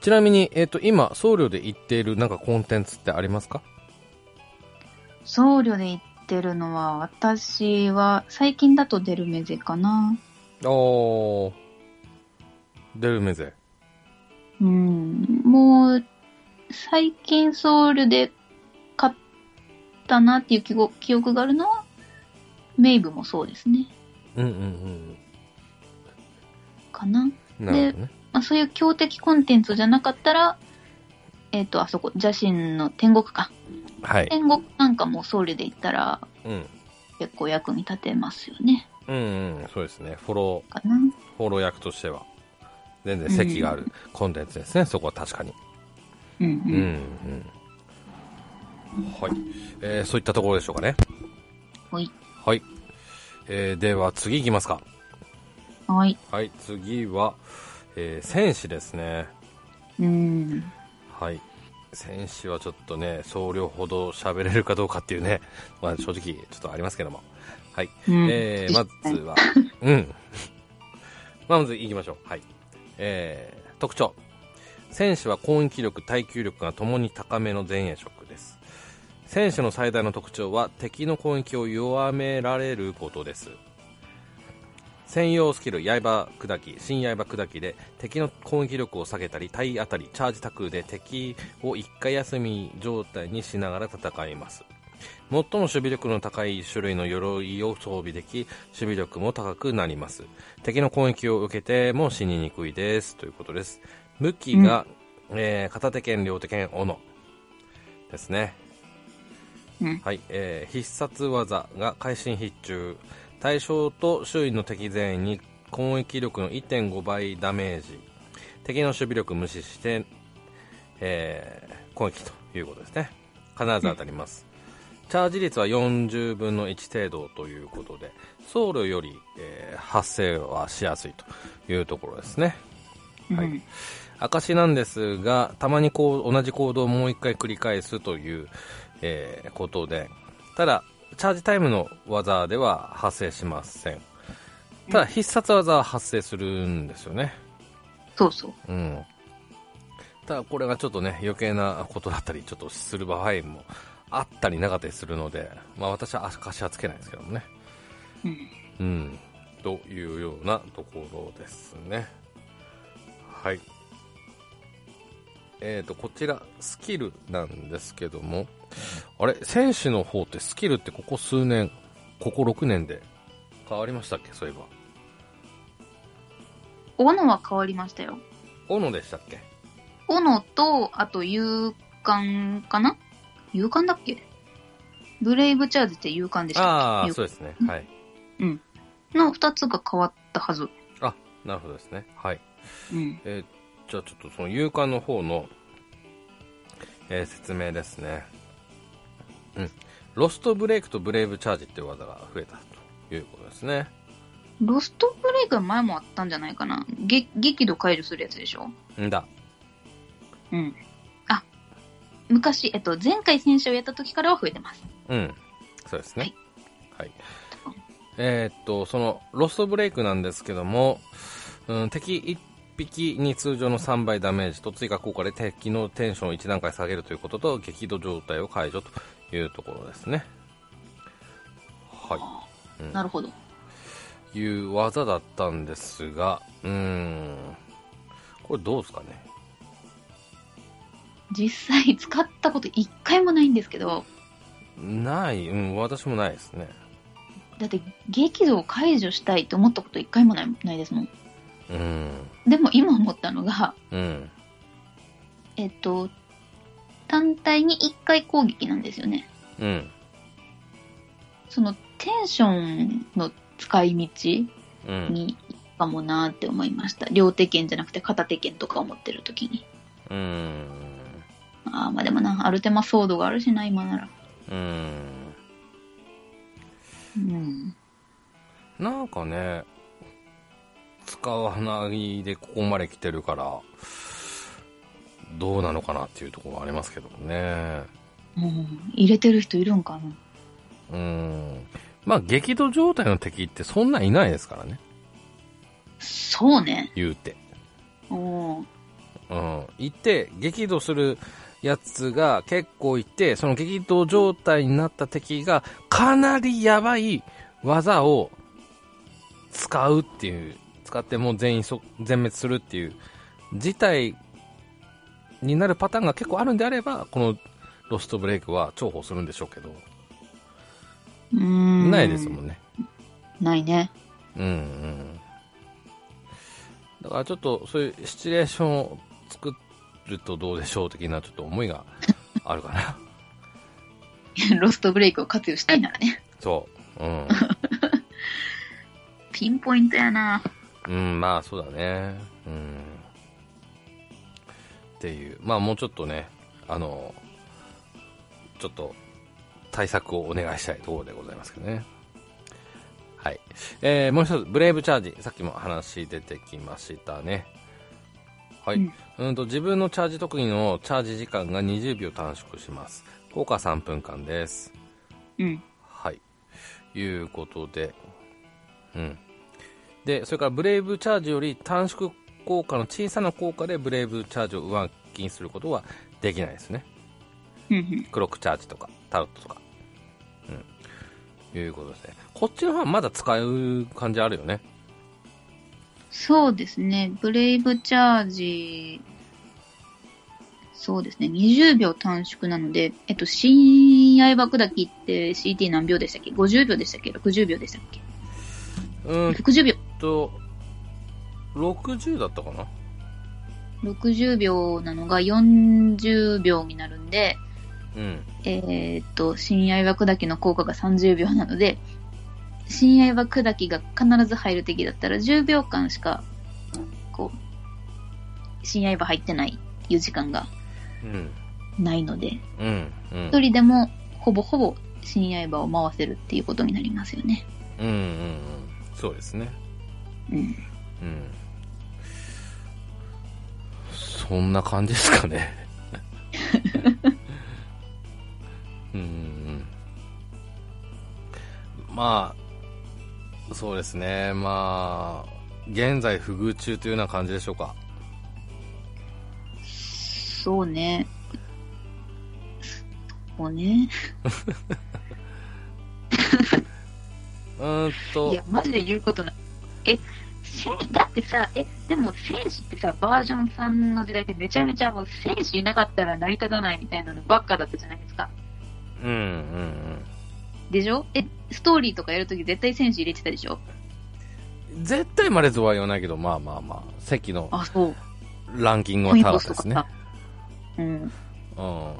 ちなみに、えっ、と、今、僧侶で言っているなんかコンテンツってありますか僧侶で言ってるのは、私は、最近だとデルメゼかな。おー。デルメゼ。うん、もう、最近ソウルで買ったなっていう記憶記憶があるのは、メイブもそうですね。うんうんかな。うん。なるほどね。まあ、そういう強敵コンテンツじゃなかったら、えっ、と、あそこ、邪神の天国か。はい。天国なんかもソウルで行ったら、うん。結構役に立てますよね。うんうん。そうですね。フォロかな。ー、フォロー役としては、全然席があるコンテンツですね。そこは確かに。うん、ううんん。うん。はい。えー、そういったところでしょうかね。ほい。はい。えー、では次行きますか。はい。はい。次は、えー、戦士ですね。うん。はい。戦士はちょっとね、総量ほど喋れるかどうかっていうね、 まあ正直ちょっとありますけども。はい。うんえー、まずは、 うん。まあまず行きましょう。はい。えー、特徴。戦士は攻撃力、耐久力がともに高めの前衛色です。戦士の最大の特徴は敵の攻撃を弱められることです。専用スキル刃砕き新刃砕きで敵の攻撃力を下げたり体当たりチャージタクで敵を一回休み状態にしながら戦います最も守備力の高い種類の鎧を装備でき守備力も高くなります敵の攻撃を受けても死ににくいですということです武器が、えー片手剣両手剣斧ですねうんはい、えー必殺技が会心必中対象と周囲の敵全員に攻撃力の1.5倍ダメージ敵の守備力無視して、えー攻撃ということですね必ず当たります、チャージ率は40分の1程度ということで僧侶より、えー発生はしやすいというところですねうんはい証なんですがたまにこう同じ行動をもう一回繰り返すという、えーことでただチャージタイムの技では発生しませんただ必殺技は発生するんですよねそうそう。うんただこれがちょっとね余計なことだったりちょっとする場合もあったりなかったりするので、まあ、私は証はつけないですけどもねうん。うん、というようなところですね。はい。えっ、と、こちら、スキルなんですけども、あれ、選手の方ってスキルってここ数年、ここ6年で変わりましたっけそういえば。斧は変わりましたよ。斧でしたっけ斧と、あと勇敢かな勇敢だっけブレイブチャージって勇敢でしたあっあ、けそう勇ですね。はい。の二つが変わったはず。あ、なるほどですね。はい。うん。えーじゃあちょっとその勇敢の方の、えー説明ですね。うん。ロストブレイクとブレイブチャージっていう技が増えたということですね。ロストブレイクは前もあったんじゃないかな。げ激怒解除するやつでしょんだ。うん。あ、昔、えっと、前回選手をやった時からは増えてます。うん。そうですね。はい。えーっと、その、ロストブレイクなんですけども、うん、敵匹に通常の3倍ダメージと追加効果で敵のテンションを1段階下げるということと激怒状態を解除というところですねはいうんなるほど。いう技だったんですがうーんこれどうですかね実際使ったこと一回もないんですけど、ない、うん、私もないですねだって激怒を解除したいと思ったこと一回もないないですもん。うんでも今思ったのが、うんえっと、単体に一回攻撃なんですよね。うんそのテンションの使い道うんにいいかもなーって思いました。両手剣じゃなくて片手剣とかを持ってる時に。うんああ、まあでもな、アルテマソードがあるしな、今なら。うんうん。なんかね、使わないでここまで来てるから、どうなのかなっていうところはありますけどもね。うん、入れてる人いるんかな。うん。まあ、激怒状態の敵ってそんなんいないですからね、そうね。言うて。おーうん。いて、激怒するやつが結構いて、その激怒状態になった敵がかなりやばい技を使うっていう、使ってもう全員そ全滅するっていう事態になるパターンが結構あるんであれば、このロストブレイクは重宝するんでしょうけど、うーん。ないですもんね。ないね。 うんうんだからちょっとそういうシチュエーションを作るとどうでしょう的なちょっと思いがあるかなロストブレイクを活用したいならね。そううん、ピンポイントやな。うん、まあそうだねうんっていうまあもうちょっとねあのちょっと対策をお願いしたいところでございますけどねはいえー、もう一つブレイブチャージさっきも話出てきましたねはい、うんうんと自分のチャージ特技のチャージ時間が20秒短縮します効果3分間ですうん。はいいうことでうんでそれからブレイブチャージより短縮効果の小さな効果でブレイブチャージを上書きにすることはできないですねうんうん。クロックチャージとかタロットとかうんいうことですねこっちの方はまだ使う感じあるよねそうですね。ブレイブチャージ、そうですね。20秒短縮なので、えっと、新刃砕きって CT 何秒でしたっけ ?50 秒でしたっけ ?60 秒でしたっけうん ?60 秒。と60だったかな60秒なのが40秒になるんで、うんえーっと、新刃砕きの効果が30秒なので、新刃砕きが必ず入る敵だったら10秒間しか、こう、新刃入ってないっていう時間がうんないので、うんうん一人でもほぼほぼ新刃を回せるっていうことになりますよね。うんうんうんそうですねうん。うんそんな感じですかねうんうんうんまあそうですねまあ現在不遇中というような感じでしょうかそうね。そうね。うーんいとや、マジで言うことない。え、せだってさ、え、でも戦士ってさ、バージョン3の時代ってめちゃめちゃもう戦士いなかったら成り立たないみたいなのばっかだったじゃないですか。うんうんでしょえ、ストーリーとかやるとき絶対戦士入れてたでしょうん絶対までとは言わないけどまあまあまあ席のあ、そう。ランキングコはイン高かボっスたとでかすねさ。うん。うん。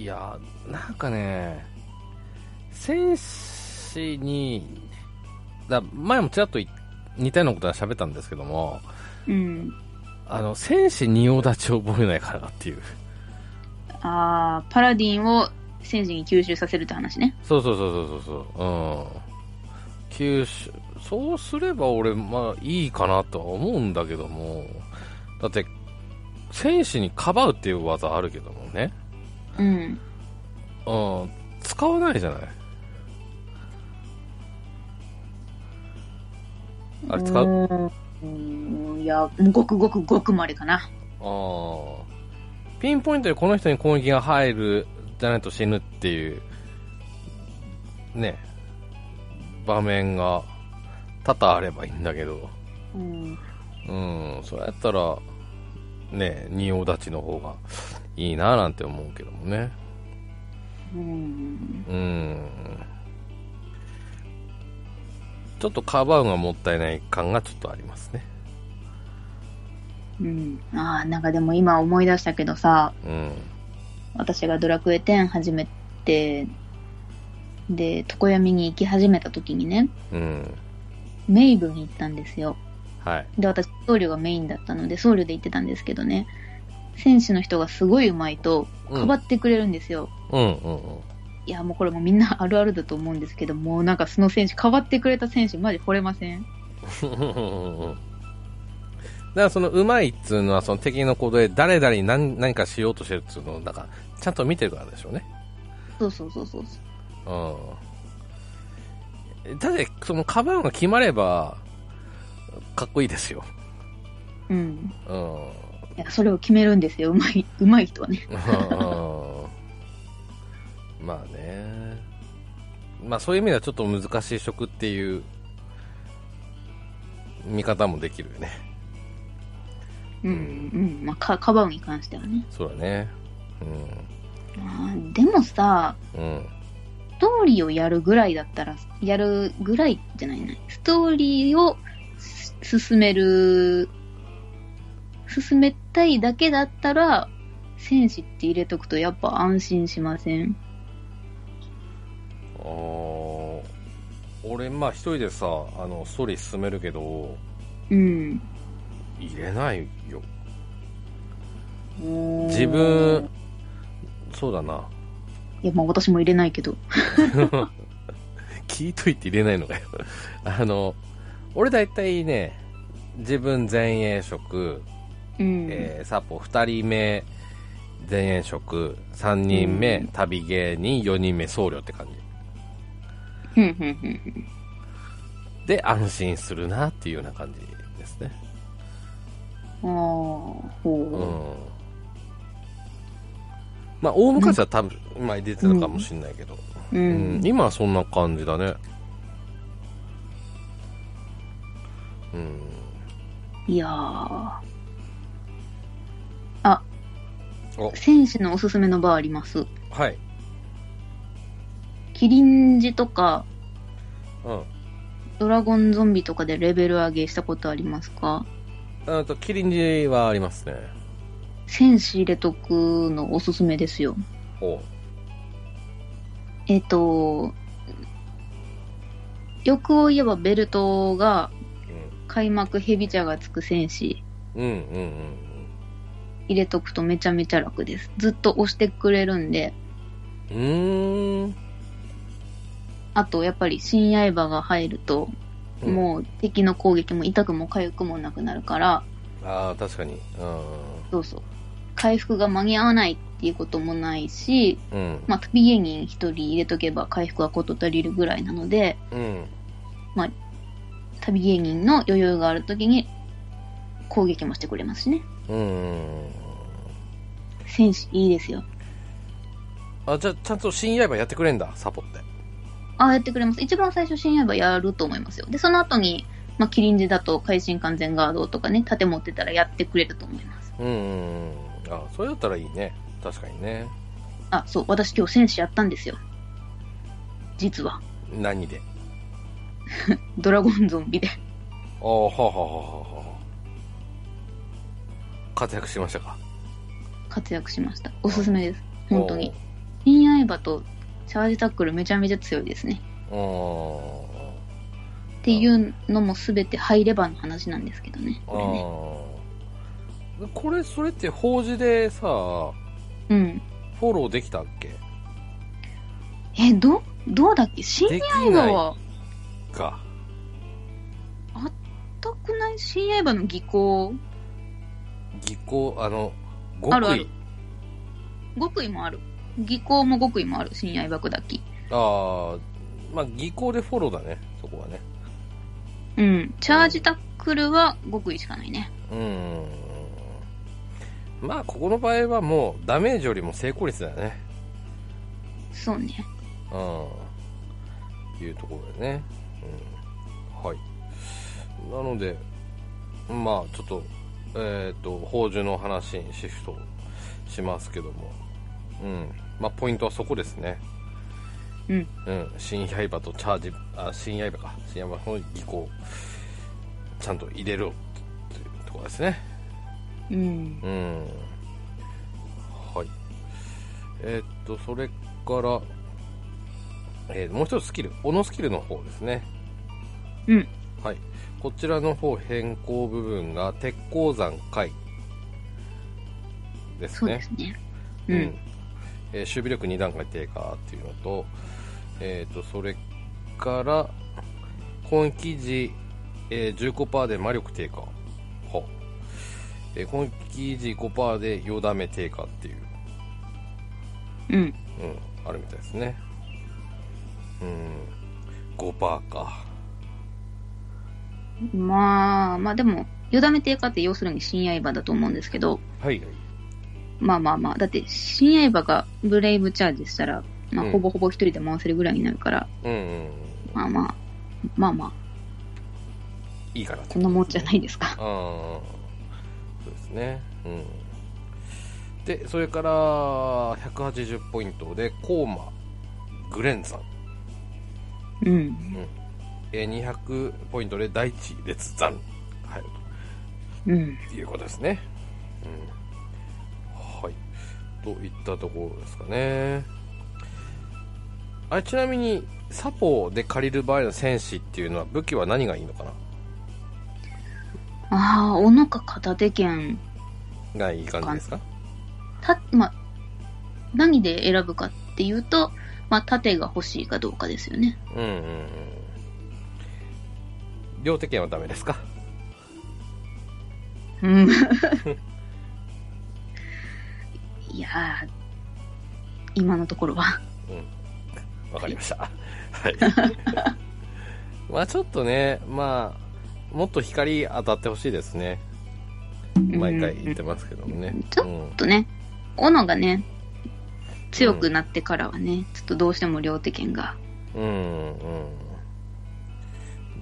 いや、なんかね、戦士に、だ前もちらっとい似たようなことは喋ったんですけども、うん。あの、戦士仁王立ちを覚えないからっていう。あーパラディンを戦士に吸収させるって話ね。そうそうそうそうそうそう。うん。九州、そうすれば俺、まあいいかなとは思うんだけども、だって、戦士にかばうっていう技あるけどもね、うん。うん、使わないじゃない。あれ使うううーん、いや、ごくごくごくまでかな。ああ。ピンポイントでこの人に攻撃が入るじゃないと死ぬっていう、ね、場面が多々あればいいんだけど、うん。うん、それやったら、ね、仁王立ちの方がいいななんて思うけどもね。うん。うん。ちょっとカバーがもったいない感がちょっとありますね。うん。ああ、なんかでも今思い出したけどさ、うん。私がドラクエ10始めて、で、常闇に行き始めた時にね、うん。メイブに行ったんですよ。はい。で、私、僧侶がメインだったので、僧侶で行ってたんですけどね、選手の人がすごいうまいと、うかんば。ってくれるんですよ。うんうんうん。いや、もうこれもうみんなあるあるだと思うんですけど、もうなんかその選手、かばってくれた選手、マジ惚れませんだからそのうまいっつうのはその敵の行動で誰々に何何かしようとしてるっつうのをなんかちゃんと見てるからでしょうね。そうそうそうそう。うん。ただそのカバンが決まればかっこいいですよ。うん。うん。うんいや、それを決めるんですよ、うまい、うまい人はね。まあね。まあそういう意味ではちょっと難しい職っていう見方もできるよね。うん、うん。まあ、か、かばうに関してはね。そうだね。あーでもさ、うん。うん。ストーリーをやるぐらいだったら、やるぐらいじゃないな。ストーリーをす進める、進めたいだけだったら、戦士って入れとくとやっぱ安心しません。あー俺まあ一人でさあのストーリー進めるけどうん。入れないよおー自分。そうだないや、まあ私も入れないけど。聞いといて入れないのかよあの俺大体ね自分前衛職、うん。えーサポ2人目前衛職3人目、うん旅芸人4人目僧侶って感じふんふんふんふん。で安心するなっていうような感じですねうああ、ほんまあ大昔は多分今入れてたかもしれないけど、う。ううんん。今はそんな感じだねうんいやー。あお、戦士のおすすめのバーあります。はいキリンジとか、うんドラゴンゾンビとかでレベル上げしたことありますかあとキリンジはありますね戦士入れとくのおすすめですよ。おうえっ、と、欲を言えばベルトが開幕ヘビ茶がつく戦士うんうんうん入れとくとめちゃめちゃ楽です。ずっと押してくれるんで、うんうんうあとやっぱり新刃が入ると、ーんもう敵の攻撃も痛くも痒くもなくなるから、うんああ確かにそうそう。回復が間に合わないっていうこともないし、うんうんまあ、旅芸人一人入れとけば回復はこと足りるぐらいなので、うん旅芸人の余裕があるときに攻撃もしてくれますしね。うんうん戦士いいですよ。あじゃあちゃんと新刃やってくれんだサポってああやってくれます。一番最初新刃やると思いますよ。で、その後に、まあ、キリンジだと会心完全ガードとかね、盾持ってたらやってくれると思います。うんうんうんあそれだったらいいね確かにねあ、そう、私今日戦士やったんですよ。実は。何でドラゴンゾンビで。ああ、はあ、はあはあはあ。活躍しましたか。活躍しました。おすすめです。本当にお。新刃とチャージタックルめちゃめちゃ強いですね。う。うん。っていうのも全てハイレバーの話なんですけどね。あこれね。ーこれ、それって法事でさ、うん。フォローできたっけえ、ど、どうだっけ新でき刃ないは、か。全くない新刃の技巧、技巧、あの、極意。あるある極意もある。技巧も極意もある、新刃砕き。あーまあ、技巧でフォローだね、そこはね。うん。チャージタックフルは極意しかないね。うんまあここの場合はもうダメージよりも成功率だよねそうね。うんいうところだよね、うん、はいなのでまあちょっとえっ、と宝珠の話にシフトしますけどもうんまあポイントはそこですねうん。うん、新刃とチャージ、あ、新刃か、新刃の技巧、ちゃんと入れろっていうところですね。うん。うん。はい。えーっと、それから、えーもう一つスキル、斧スキルの方ですね。うん。はい。こちらの方変更部分が、鉄鉱山回ですそうでねす。ね。ううんん。えー守備力2段階低下っていうのと,、えー、とそれから攻撃時、えー、15%で魔力低下は、えー攻撃時5%でよだめ低下っていう、うん。うん、あるみたいですねうん5%かまあ、まあでも、よだめ低下って要するに新刃だと思うんですけど、はいまあまあまあ、だって新刃がブレイブチャージしたら、まうあんほぼほぼ一人で回せるぐらいになるから、うん、うん、まあまあ、まあまあ、いいかなってこんなもんじゃないですか。あーそうですねうんでそれから180ポイントでコーマグレンザン、うん。えー200ポイントで第一列山入るうん。ということですね、うん、はいといったところですかねあれちなみにサポで借りる場合の戦士っていうのは武器は何がいいのかなああ、斧か片手剣。がいい感じですかた、まあ、何で選ぶかっていうと、まあ、盾が欲しいかどうかですよね。うんうんうん両手剣はダメですかうん。 いやー、今のところは。わかりました。はい。 まあちょっとね、まあ、もっと光当たってほしいですね。毎回言ってますけどもねうん。ちょっうんとね、斧がね、強くなってからはね、ちょっとどうしても両手剣が。うん、うん。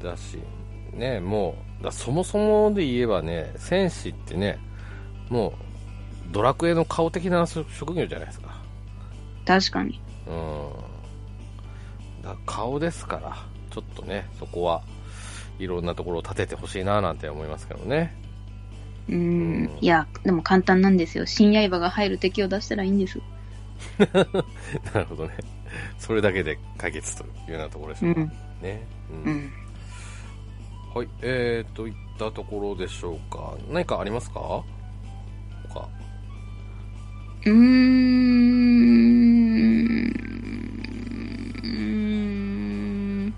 だし、ね、もう、だそもそもで言えばね、戦士ってね、もう、ドラクエの顔的な職職業じゃないですか。確かに。うん。だ顔ですから、ちょっとね、そこはいろんなところを立ててほしいななんて思いますけどね。 ううんん。いや、でも簡単なんですよ。新刃が入る敵を出したらいいんです。なるほどね。それだけで解決というようなところでしうょうかん。ね。う。うんん。はい。えー、といったところでしょうか。何かありますか他。うーん。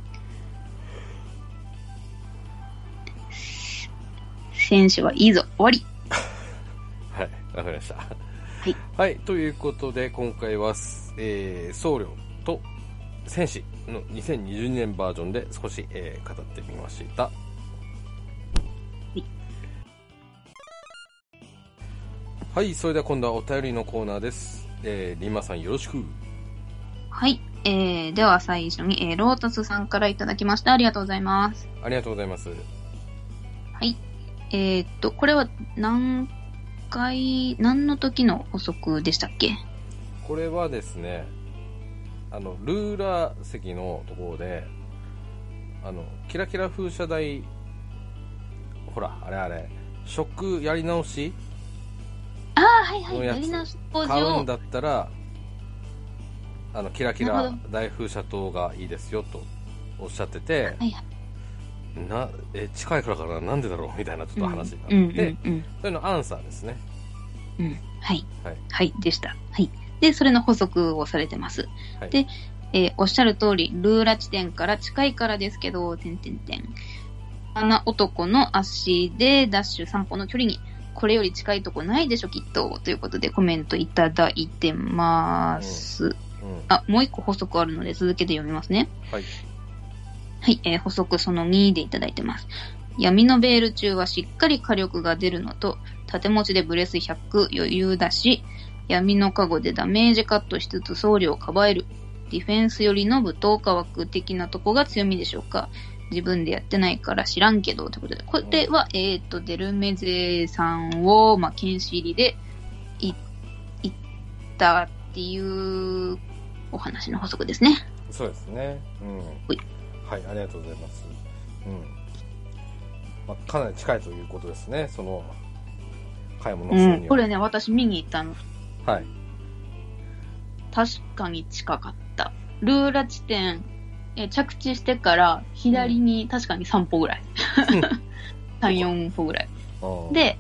選手はいいぞ、終わり。。はい。わかりました。はいはい。ということで、今回は、えー、僧侶と戦士の2020年バージョンで少し、えー語ってみました。いはい。それでは今度はお便りのコーナーです。えー、リンマさんよろしく。はい。えー、では最初に、えー、ロータスさんからいただきました。ありがとうございます。ありがとうございます。えー、っと、これは何回、何の時の補足でしたっけこれはですねあのルーラー席のところであのキラキラ風車台ほらあれあれ食やり直しああ、はいはこのい。ややつり直し工買場うんを。だったらあのキラキなるラほ大風車塔がいいですよとおっしゃっててはいはい。なえ近いからかななんでだろうみたいなちょっと話になって、うんうんうんうんそれのアンサーですねうん、はい、ははいい、でした。はい。で、それの補足をされてます。はいで、えーおっしゃる通り、ルーラ地点から近いからですけど、てんてんてん。穴男の足でダッシュ散歩の距離に、これより近いとこないでしょ、きっと。ということでコメントいただいてます。うんあ、もう一個補足あるので続けて読みますね。はいはい、えー補足その2でいただいてます。闇のベール中はしっかり火力が出るのと、縦持ちでブレス100余裕だし、闇の加護でダメージカットしつつ僧侶をかばえる。ディフェンスよりの武闘家枠的なとこが強みでしょうか。自分でやってないから知らんけど、ってことで。これは、えっ、と、デルメゼさんを、まあ、剣士入りで、い、いったっていうお話の補足ですね。そうですね。うん。ほいはい、ありがとうございます。うん。まあ、かなり近いということですね、その、買い物するには。これね、私見に行ったの。はい。確かに近かった。ルーラ地点、え着地してから左に確かに3歩ぐらい。3、4歩ぐらい。うん、で、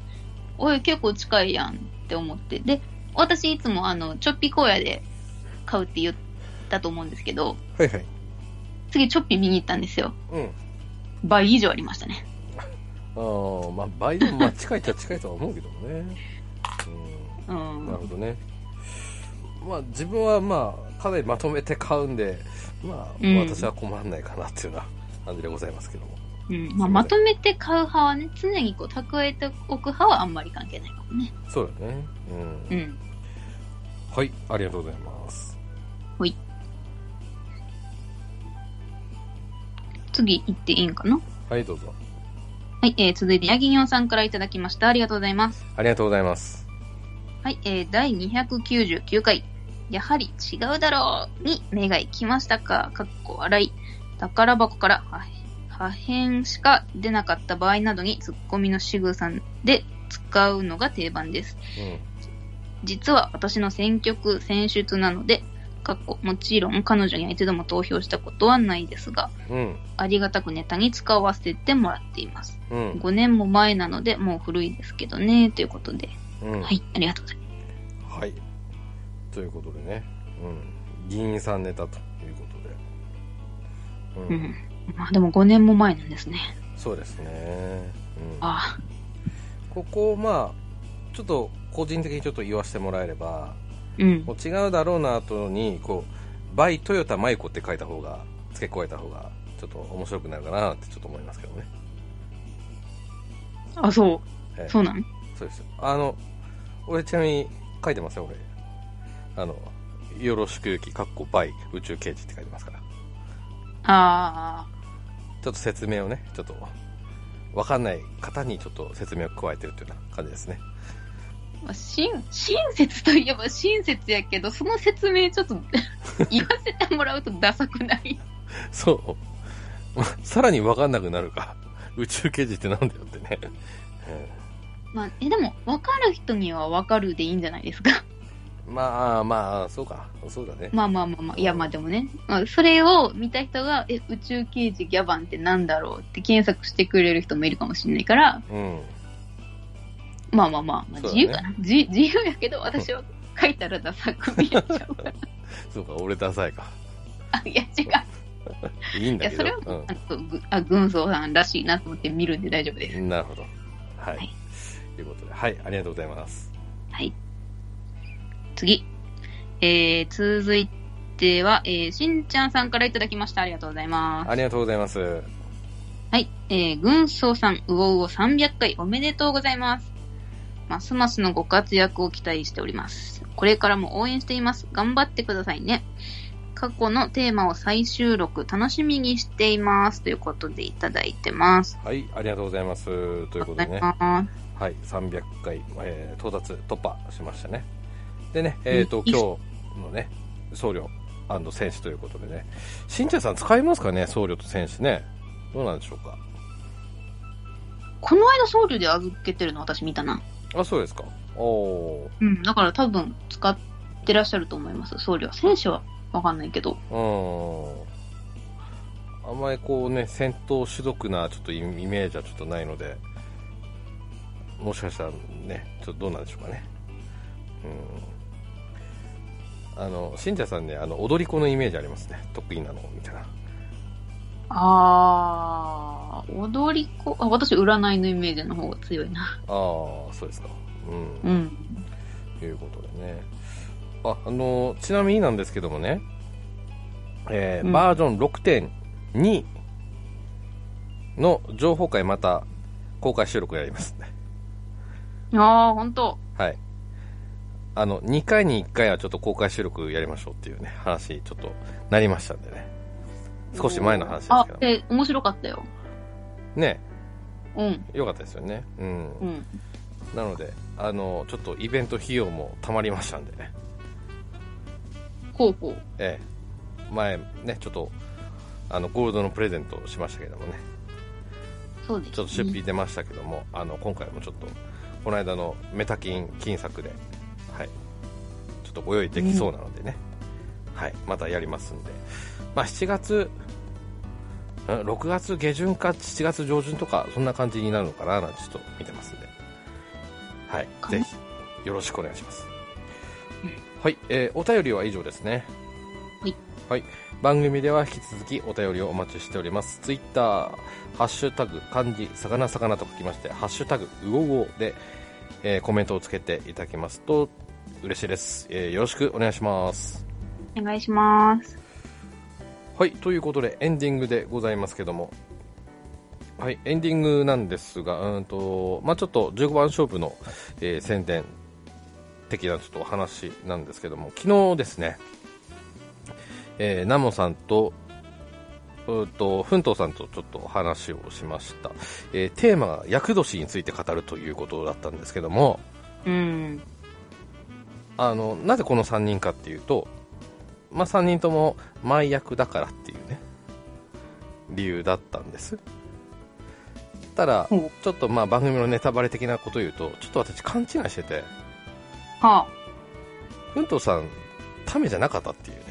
おい、結構近いやんって思って。で、私いつもあの、チョッピ荒野で買うって言ったと思うんですけど、はいはい。次チョッピ見に行ったんですよ。うん。倍以上ありましたね。ああ、まあ、倍でも、まあ、近いっちゃ近いとは思うけどね。う。うんなるほん。どね。まあ、自分はまあ、かなりまとめて買うんで、まあ、うん私は困らないかなっていうような感じでございますけども。うん。まあ、まとめて買う派はね、常にこう、蓄えておく派はあんまり関係ないかもね。そうだね。う。うんん、はい、ありがとうございます。次行っていいんかなはい、どうぞ。はい、えー、続いて、ヤギニョンさんからいただきました。ありがとうございます。ありがとうございます。はい、えー、第299回、やはり違うだろうに目が行きましたか、かっこ笑い。宝箱から破破片しか出なかった場合などに、ツッコミの仕草で使うのが定番です。う実は私の選曲、選出なので、かっこもちろん彼女には一度も投票したことはないですが、ん。うん。ありがたくネタに使わせてもらっています。うん。 5年も前なので、もう古いですけどね、ということで。うん。はい、ありがとうございまはい。ということでね。うん。議員さんネタということす。で。ううん。ん。まあでも5年も前なんですね。そうですね。うん。あここ、まあ、ちょっと個人的にちょっと言わせてもらえれば、あ、うん。もう違うだろうなとに、こう、バイトヨタマイコって書いた方が、付け加えた方が、ちょっと面白くなるかなってちょっと思いますけどね。あ、そええう。そうなんそうですよ。あの、俺ちなみに書いてますよ、俺。あの、よろしくゆき、かっこバイ、宇宙刑事って書いてますから。ちあょっと説明をね、ちょっと、わかんない方にちょっと説明を加えてるというような感じですね。 あ、まあ親、親切といえば親切やけど、その説 明ちょっと言わせてもらうとダサくない。そう。まさらにわかんなくなるか。宇宙刑事ってなんだよってね。まあ、え、でも、わかる人にはわかるでいいんじゃないですか。うん、まあまあ、そうか。そうだね。まあまあまあまあ、いやまあでもね、まあ、それを見た人が、え、宇宙刑事ギャバンってなんだろうって検索してくれる人もいるかもしれないから、うん。まあまあまあ、まそあ、うだ自ね由かな、自自由やけど、私は書いたらダサく見えちゃうから。そうか、俺ダサいか。あいや、違う。いいんいだや、けそど。れは、うんあのぐあ、軍曹さんらしいなと思って見るんで大丈夫です。なるほど。はい。はいということで、はい、ありがとうございます。はい。次。えー、続いては、えー、しんちゃんさんからいただきました。ありがとうございます。ありがとうございます。はい。えー、軍曹さん、うおうお300回おめでとうございます。ますますのご活躍を期待しております。これからも応援しています。頑張ってくださいね。過去のテーマを再収録楽しみにしています。ということでいただいてます。はい、ありがとうございます。ということでね、はい、300回、えー、到達、突破しましたね。でね、えっ、と、うん今日のね、僧侶選手ということでね、しんちゃんさん使いますかね、僧侶と選手ね。どうなんでしょうか。この間僧侶で預けてるの私見たな。あ、そうですか。おうん。だから多分使ってらっしゃると思います。僧侶は。戦士はわかんないけど。ー、うん。あんまりこうね、戦闘種族なちょっとイイメージはちょっとないので、もしかしたらね、ちょっとどうなんでしょうかね。うん。あの、信者さんね、あの、踊り子のイメージありますね。得意なの、みたいな。あー、踊り子。あ、私占いのイメージの方が強いな。ああ、そうですか。うん。うん。ということでね。あ、あの、ちなみになんですけどもね、えーうんバージョン6.2の情報会また公開収録やります んで。ああ、本当はい。あの、2回に1回はちょっと公開収録やりましょうっていうね、話、ちょっとなりましたんでね。少し前の話であす、けど。で、面白かったよ。ね、うん、よかったですよね。うん。うん。なので、あの、ちょっとイベント費用もたまりましたんでね。ほうほう。ええ。前、ね、ちょっと、あの、ゴールドのプレゼントをしましたけどもね。そうです、ね。ちょっと出費出ましたけども、あの今回もちょっと、この間のメタ金、金策で、はい、ちょっとご用意できそうなのでね、はい、またやりますんで、まあ、7月、ん6月下旬か7月上旬とか、そんな感じになるのかな、なんてちょっと見てますんで、はい、かなぜひ、よろしくお願いします。はい、えーお便りは以上ですね。はい。はい。番組では引き続きお便りをお待ちしております。ツイッター、ハッシュタグ、漢字、魚魚と書きまして、ハッシュタグ、うおうおで、えーコメントをつけていただけますと嬉しいです。えーよろしくお願いします。お願いします。はい、ということでエンディングでございますけども、はい、エンディングなんですが、うーんと、まあちょっと15番勝負の、えー宣伝的なちょっとお話なんですけども、昨日ですね、えーナモさんと、うーんと、奮闘さんとちょっとお話をしました。えーテーマが厄年について語るということだったんですけども、うん。あのなぜこの3人かっていうと、まあ、3人とも前役だからっていうね理由だったんですただほちょっとまあ番組のネタバレ的なことを言うとちょっと私勘違いしてては奮闘さんためじゃなかったっていうね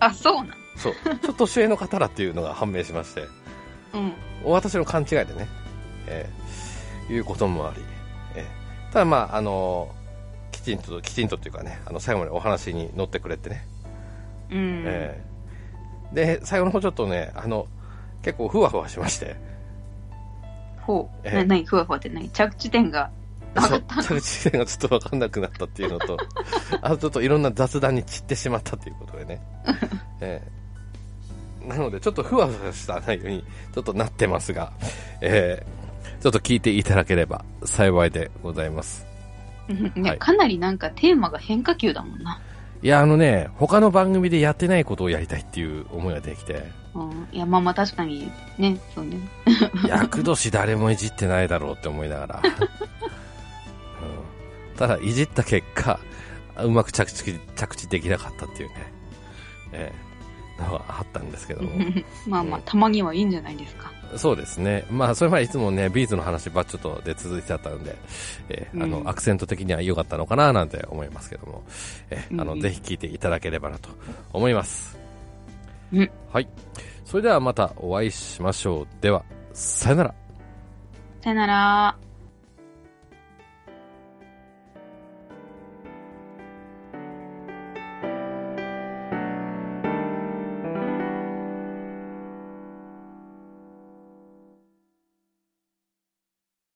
あ。あ、そうなん。そうちょっと年上の方だっていうのが判明しましてうん。私の勘違いでね、えーいうこともあり、えーただまああのきちんときちんとっていうかねあの最後までお話に乗ってくれてねうん。ええで最後の方ちょっとねあの結構ふわふわしましてほう。ええな、なに、ふわふわって何着地点が。わそかうっ着地点がちょっと分かんなくなったっていうの とあとちょっといろんな雑談に散ってしまったっていうことでね、ええなのでちょっとふわふわした内容にちょっとなってますが、ええちょっと聞いていただければ幸いでございますうんね、はいかなりなんかテーマが変化球だもんな。いやあのね他の番組でやってないことをやりたいっていう思いができてうん。いや、まあまあ確かに、ね、そうね。厄年誰もいじってないだろうって思いながら、うん、ただいじった結果うまく着地着地できなかったっていうね、ええのがあったんですけども まあまあ、たまにはいいんじゃないですか。そうですねまあそれまでいつもねビーズの話ばっちょっとで続いてあったんで、ええあのうんアクセント的には良かったのかななんて思いますけども、ええあうのんうんぜひ聞いていただければなと思います、うんはいそれではまたお会いしましょうではさよならさよなら。